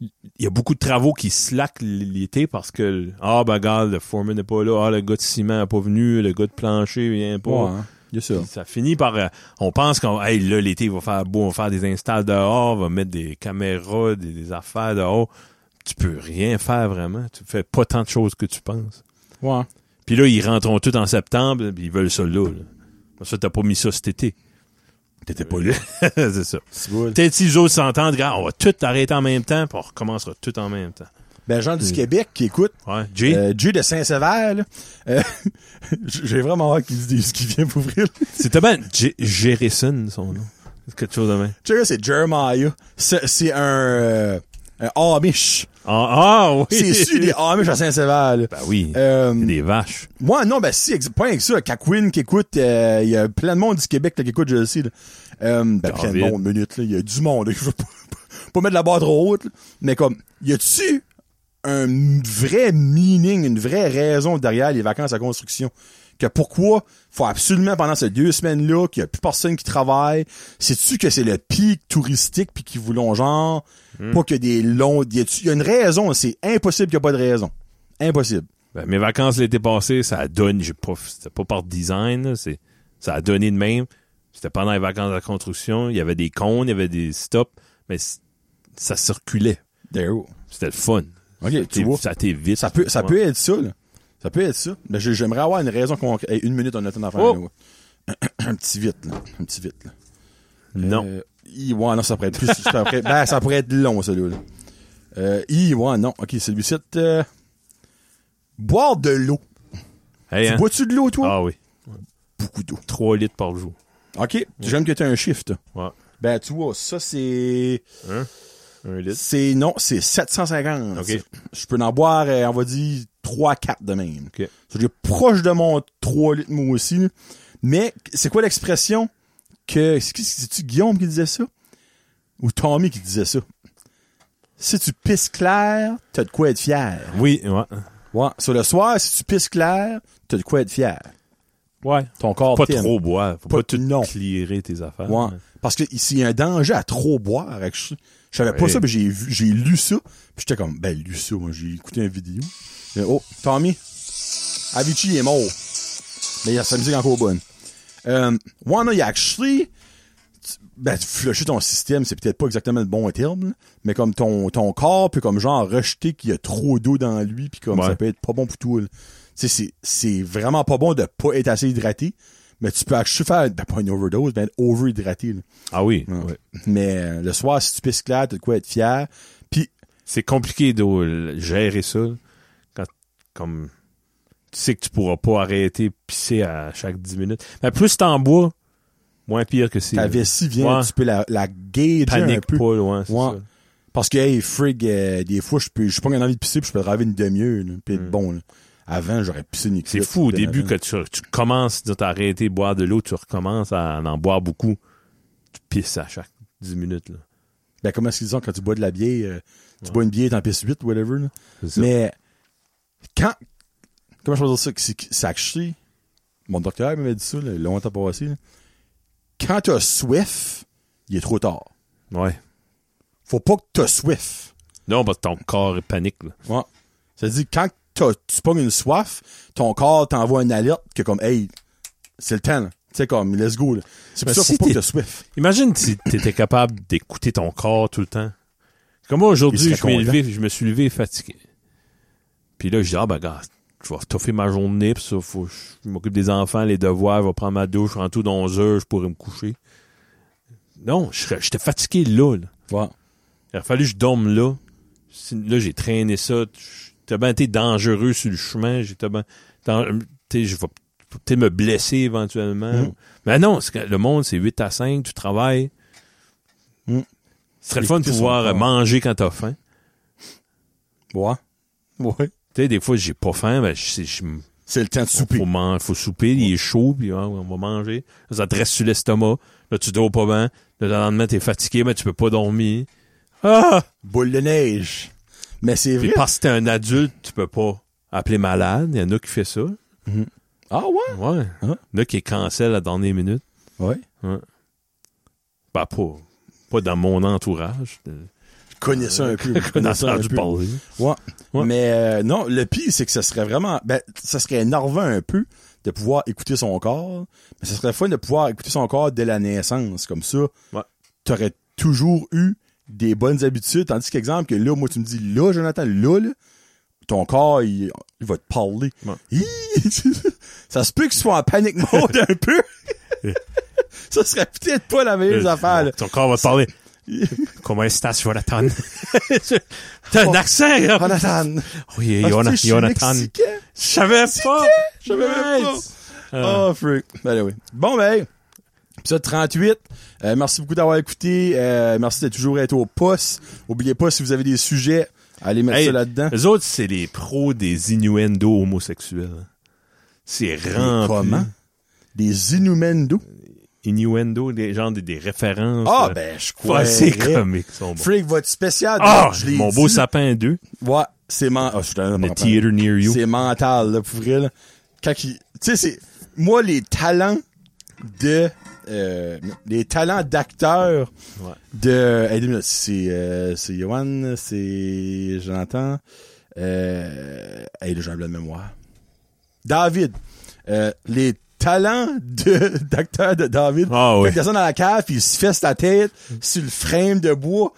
Speaker 2: il y a beaucoup de travaux qui slackent l- l'été parce que, ah, ben, regarde, le foreman n'est pas là, ah, le gars de ciment n'est pas venu, le gars de plancher vient pas.
Speaker 1: Ouais, hein. Il y a ça.
Speaker 2: Puis Ça finit par, euh, on pense qu'on, hey, là, l'été, il va faire beau, on va faire des installs dehors, on va mettre des caméras, des, des affaires dehors. Tu peux rien faire vraiment. Tu fais pas tant de choses que tu penses.
Speaker 1: Ouais.
Speaker 2: Puis là, ils rentrent tous en septembre, puis ils veulent ça là. là. Ça, t'as pas mis ça cet été.
Speaker 1: T'étais pas là.
Speaker 2: c'est ça. Peut-être si les autres s'entendent, regarde, on va tout arrêter en même temps, puis on recommencera tout en même temps.
Speaker 1: Ben, gens
Speaker 2: Mm.
Speaker 1: du Québec qui écoute.
Speaker 2: Ouais. Jay?
Speaker 1: Euh, Jay de Saint-Sévère, là. Euh, j'ai vraiment hâte qu'il se dise qu'il vient pour ouvrir.
Speaker 2: C'était bien J- Jerison, son nom. Quelque chose de même.
Speaker 1: Tu sais, c'est Jeremiah. C'est c'est un, euh, un Amish.
Speaker 2: Ah, ah, oui!
Speaker 1: C'est sûr des Amish à Saint-Sévère, là.
Speaker 2: Ben oui.
Speaker 1: Euh,
Speaker 2: Des vaches.
Speaker 1: Moi, non, ben si, ex- pas rien que ça. Kakwin qui écoute, euh, il y a plein de monde du Québec là, qui écoute, je le sais. Là. Euh, ben, plein de
Speaker 2: David.
Speaker 1: monde, minute, là. Il y a du monde. là. Je veux pas, pas mettre la barre trop haute, là. mais comme, y a-tu un vrai meaning, une vraie raison derrière les vacances à construction? Que pourquoi faut absolument pendant ces deux semaines-là qu'il y a plus personne qui travaille? Sais-tu que c'est le pic touristique puis qu'ils voulons genre pas que des longs. Y a-tu- y a une raison, c'est impossible qu'il n'y a pas de raison. Impossible.
Speaker 2: Ben, mes vacances l'été passé, ça a donné, j'ai pas, c'était pas par design, là, c'est, ça a donné de même. C'était pendant les vacances de la construction, il y avait des cônes, il y avait des stops, mais c- ça circulait.
Speaker 1: There.
Speaker 2: C'était le fun.
Speaker 1: Ok, tu vois.
Speaker 2: Ça a été vite.
Speaker 1: Ça peut, ça
Speaker 2: Ouais.
Speaker 1: peut être ça, là. Ça peut être ça. Mais j'ai- j'aimerais avoir une raison qu'on. Hey, une minute, on a le temps d'en faire
Speaker 2: Oh!
Speaker 1: un, ouais. un petit vite, là. Un petit vite, là.
Speaker 2: Non.
Speaker 1: Euh, i- ouais, non, ça pourrait être plus. ça pourrait- ben, ça pourrait être long, celui-là. Euh, I, ouais, non. Ok, celui-ci. euh, Boire de l'eau.
Speaker 2: Hey,
Speaker 1: euh,
Speaker 2: hein?
Speaker 1: Tu bois-tu de l'eau, toi?
Speaker 2: Ah oui.
Speaker 1: Beaucoup d'eau.
Speaker 2: 3 litres par jour.
Speaker 1: Ok, j'aime que tu un shift.
Speaker 2: Ouais.
Speaker 1: Ben, tu vois, ça, c'est.
Speaker 2: 1 litre.
Speaker 1: C'est non, c'est 750.
Speaker 2: Ok.
Speaker 1: Je peux en boire, euh, on va dire, 3 4 de même.
Speaker 2: Ok.
Speaker 1: Ça, J'ai proche de mon 3 litres moi aussi. là. Mais c'est quoi l'expression que c'est- c'est-tu Guillaume qui disait ça ou Tommy qui disait ça Si tu pisses clair, t'as de quoi être fier.
Speaker 2: Oui, ouais.
Speaker 1: Ouais, sur le soir, si tu pisses clair, t'as de quoi être fier.
Speaker 2: Ouais.
Speaker 1: Ton corps
Speaker 2: Pas
Speaker 1: t'aime.
Speaker 2: trop boire. Faut
Speaker 1: Pas-
Speaker 2: pas, tout
Speaker 1: non.
Speaker 2: clearer tes affaires.
Speaker 1: Ouais. Parce que ici, il y a un danger à trop boire. avec- Je je savais pas
Speaker 2: Ouais.
Speaker 1: ça, mais j'ai vu- j'ai lu ça. Puis j'étais comme, ben, lu ça, moi, j'ai écouté une vidéo. Et, oh, Tommy, Avicii est mort. Mais il a sa musique encore bonne. Euh, ouais, non, il y a actually, tu- ben, tu flusher ton système, c'est peut-être pas exactement le bon terme, là, mais comme ton, ton corps peut comme genre rejeter qu'il y a trop d'eau dans lui, puis comme
Speaker 2: Ouais.
Speaker 1: ça peut être pas bon pour toi. là. Tu sais, c'est- c'est vraiment pas bon de pas être assez hydraté, mais tu peux actually faire, ben, pas une overdose, mais être overhydraté. là.
Speaker 2: Ah oui.
Speaker 1: Ouais.
Speaker 2: ouais.
Speaker 1: Mais euh, le soir, si tu pisses clair, t'as de quoi être fier. Puis,
Speaker 2: C'est compliqué de euh, gérer ça. Quand, comme, tu sais que tu pourras pas arrêter pisser à chaque 10 minutes. Mais plus t'en bois, moins pire que si.
Speaker 1: ta vessie vient,
Speaker 2: Ouais.
Speaker 1: tu peux la, la gager un
Speaker 2: Panique
Speaker 1: peu.
Speaker 2: pas, loin, c'est
Speaker 1: Ouais.
Speaker 2: ça.
Speaker 1: Parce que, hey, frig, euh, des fois, je peux, je suis pas envie de pisser, puis je peux rêver une demi-heure, là, puis être bon, là. Avant, j'aurais pissé une
Speaker 2: Hmm. C'est
Speaker 1: éclate,
Speaker 2: fou au
Speaker 1: puis
Speaker 2: début
Speaker 1: avant.
Speaker 2: que tu, tu commences de t'arrêter de boire de l'eau, tu recommences à en boire beaucoup. Tu pisses à chaque 10 minutes. Là.
Speaker 1: Ben, comment est-ce qu'ils disent quand tu bois de la bière, euh, tu bois une bière, t'en pisses 8, whatever, là.
Speaker 2: C'est ça.
Speaker 1: Mais, quand, comment je peux dire ça, que c'est que ça chie. Mon docteur m'avait dit ça, là, longtemps passé, là. Quand t'as soif, il est trop tard.
Speaker 2: Ouais.
Speaker 1: Faut pas que t'as soif.
Speaker 2: Non, parce que ton corps est panique. Là.
Speaker 1: Ouais. Ça dit quand t'as- tu pognes une soif, ton corps t'envoie une alerte que comme hey, c'est le temps. là. Tu sais comme let's go. là. C'est pour
Speaker 2: Ben,
Speaker 1: ça qu'il
Speaker 2: si
Speaker 1: faut pas que
Speaker 2: t'es-
Speaker 1: t'as soif.
Speaker 2: Imagine si t'étais capable d'écouter ton corps tout le temps. Comme moi,
Speaker 1: Il
Speaker 2: aujourd'hui,
Speaker 1: serait
Speaker 2: je, m'ai
Speaker 1: content.
Speaker 2: levé- je me suis levé fatigué. Puis là, je dis, ah ben, gars, je vais toffer ma journée, puis ça, faut, que je m'occupe des enfants, les devoirs, je vais prendre ma douche, je rentre tout dans 11 heures, je pourrais me coucher. Non, je serais- j'étais fatigué là, là.
Speaker 1: Ouais.
Speaker 2: Il a fallu que je dorme là. Si- Là, j'ai traîné ça. J'étais bien été dangereux sur le chemin. J'étais bien. dans- t'sais, Je vais peut-être me blesser éventuellement.
Speaker 1: Mhm.
Speaker 2: Mais non, c'est que le monde, c'est 8 à 5, tu travailles.
Speaker 1: Mhm.
Speaker 2: Ce serait le fun de
Speaker 1: Écouter son
Speaker 2: pouvoir euh,
Speaker 1: corps.
Speaker 2: manger quand t'as faim.
Speaker 1: Ouais. Ouais.
Speaker 2: Tu sais, des fois, j'ai pas faim, ben, je- je- je-
Speaker 1: C'est le temps de souper.
Speaker 2: faut, man- faut souper, il est chaud, puis ah, on va manger. Là, ça te reste sur l'estomac. Là, tu dors pas bien. Le lendemain, t'es fatigué, mais tu peux pas dormir. Ah!
Speaker 1: Boule de neige. Mais c'est
Speaker 2: Puis
Speaker 1: vrai.
Speaker 2: parce que t'es un adulte, tu peux pas appeler malade. Il y en a qui fait ça.
Speaker 1: Ah ouais.
Speaker 2: Ouais.
Speaker 1: Hein?
Speaker 2: Il y en a qui cancellent à la dernière minute.
Speaker 1: Ouais.
Speaker 2: Ben, pas, pas dans mon entourage. Euh,
Speaker 1: Je connais ça un peu. Je
Speaker 2: Qu'on a
Speaker 1: connais ça un
Speaker 2: entendu
Speaker 1: peu.
Speaker 2: parler.
Speaker 1: Ouais.
Speaker 2: Ouais.
Speaker 1: Mais euh, non, le pire, c'est que ça serait vraiment. Ben, ça serait énervant un peu de pouvoir écouter son corps. Mais ça serait fun de pouvoir écouter son corps dès la naissance. Comme ça,
Speaker 2: Ouais.
Speaker 1: t'aurais toujours eu des bonnes habitudes. Tandis qu'exemple que là, moi, tu me dis là, Jonathan, là, là, ton corps, il, il va te parler.
Speaker 2: Ouais.
Speaker 1: Hi! ça se peut qu'il soit en panique mode un peu. Ça serait peut-être pas la meilleure affaire, là.
Speaker 2: Euh, Ton corps va te parler. Comment est-ce que Jonathan? T'as un
Speaker 1: Oh.
Speaker 2: accent, là.
Speaker 1: Jonathan.
Speaker 2: Oui,
Speaker 1: Ah,
Speaker 2: Yona-
Speaker 1: putain, je suis
Speaker 2: Jonathan.
Speaker 1: mexicain.
Speaker 2: Je savais pas.
Speaker 1: Je savais même pas.
Speaker 2: Euh,
Speaker 1: Oh, freak. Ben oui. Bon, ben, hey. épisode 38. Euh, merci beaucoup d'avoir écouté. Euh, merci de toujours être au poste. Oubliez pas, si vous avez des sujets, allez mettre
Speaker 2: Hey,
Speaker 1: ça là-dedans.
Speaker 2: Eux autres, c'est les pros des innuendos homosexuels. C'est rempli.
Speaker 1: Comment? Des innumendos.
Speaker 2: Innuendo, des gens des, des références.
Speaker 1: Ah,
Speaker 2: euh,
Speaker 1: ben, je crois.
Speaker 2: ouais, c'est comique, ils sont bons.
Speaker 1: Freak, votre spécial.
Speaker 2: Ah,
Speaker 1: donc, je l'ai
Speaker 2: mon beau
Speaker 1: dit.
Speaker 2: sapin 2,
Speaker 1: Ouais, c'est man... ah, je suis dans-
Speaker 2: le theater near you.
Speaker 1: C'est mental, là, pour vrai, là. Quand il... Tu sais, c'est... Moi, les talents de... euh, les talents d'acteur
Speaker 2: Ouais.
Speaker 1: de... Hey, deux minutes, c'est... euh, c'est Yoann, c'est... J'entends. Euh... Hey, là, j'ai un blanc de mémoire. David. Euh, les talents de d'acteur de David.
Speaker 2: Ah, oui.
Speaker 1: Fait que descend dans la cave, puis il se fesse la tête sur le frame de bois.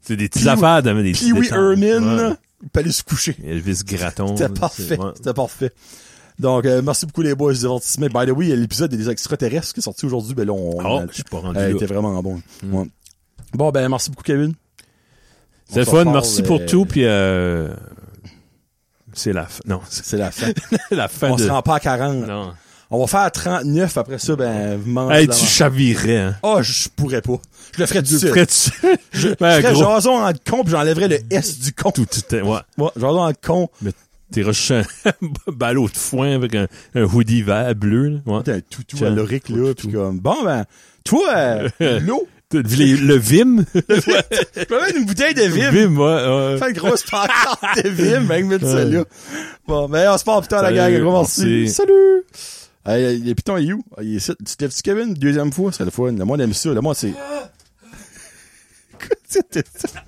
Speaker 2: C'est des petites
Speaker 1: Pee-wee-
Speaker 2: affaires, de- des petits
Speaker 1: Pee-wee
Speaker 2: détails.
Speaker 1: Herman,
Speaker 2: Ouais.
Speaker 1: là, il peut aller se coucher.
Speaker 2: Elvis Gratton.
Speaker 1: C'était
Speaker 2: là,
Speaker 1: parfait.
Speaker 2: c'est- ouais.
Speaker 1: C'était parfait. Donc, euh, merci beaucoup les boys du divertissement. By the way, l'épisode des extraterrestres qui est sorti aujourd'hui, ben là, on,
Speaker 2: Oh,
Speaker 1: on a-
Speaker 2: je suis pas rendu
Speaker 1: euh,
Speaker 2: là.
Speaker 1: était vraiment bon.
Speaker 2: Mm.
Speaker 1: Ouais. Bon, ben, merci beaucoup, Kevin.
Speaker 2: C'est le
Speaker 1: On
Speaker 2: fun,
Speaker 1: s'en
Speaker 2: merci
Speaker 1: parle,
Speaker 2: pour
Speaker 1: euh,
Speaker 2: tout, puis euh, c'est la fin. Non, c'est
Speaker 1: C'est la fin.
Speaker 2: la fin
Speaker 1: on
Speaker 2: de...
Speaker 1: se rend pas à 40.
Speaker 2: Non.
Speaker 1: On va faire à 39 après ça, ben, vous mangez
Speaker 2: Hey,
Speaker 1: de la
Speaker 2: tu
Speaker 1: merde.
Speaker 2: chavirais, hein.
Speaker 1: Ah, je pourrais pas. Je le ferais du
Speaker 2: Tu
Speaker 1: sud.
Speaker 2: ferais-tu? Ben,
Speaker 1: Je ferais
Speaker 2: gros,
Speaker 1: jason en con, puis j'enlèverais le S du con.
Speaker 2: tout, tout, ouais.
Speaker 1: Moi, jason en con.
Speaker 2: T'es juste un ballot de foin avec un, un hoodie vert bleu, là. Ouais.
Speaker 1: T'as un toutou
Speaker 2: Tiens,
Speaker 1: à l'oric,
Speaker 2: un
Speaker 1: là, puis comme, bon, ben, toi, euh, l'eau.
Speaker 2: T'as vu les- le vim?
Speaker 1: Je peux mettre une bouteille de
Speaker 2: Le
Speaker 1: vivre.
Speaker 2: vim, ouais. ouais.
Speaker 1: Fait une grosse pancarte de Vim, mec, mais de celle-là. Bon, ben, on se part plus tard, la
Speaker 2: Salut,
Speaker 1: gang. Un gros merci.
Speaker 2: merci.
Speaker 1: Salut! Hey, le piton est où? Ah, Il est ici. Tu t'es tu Kevin? Deuxième fois, c'est le fun. Le monde aime ça. Le monde, c'est... Écoute, c'était ça.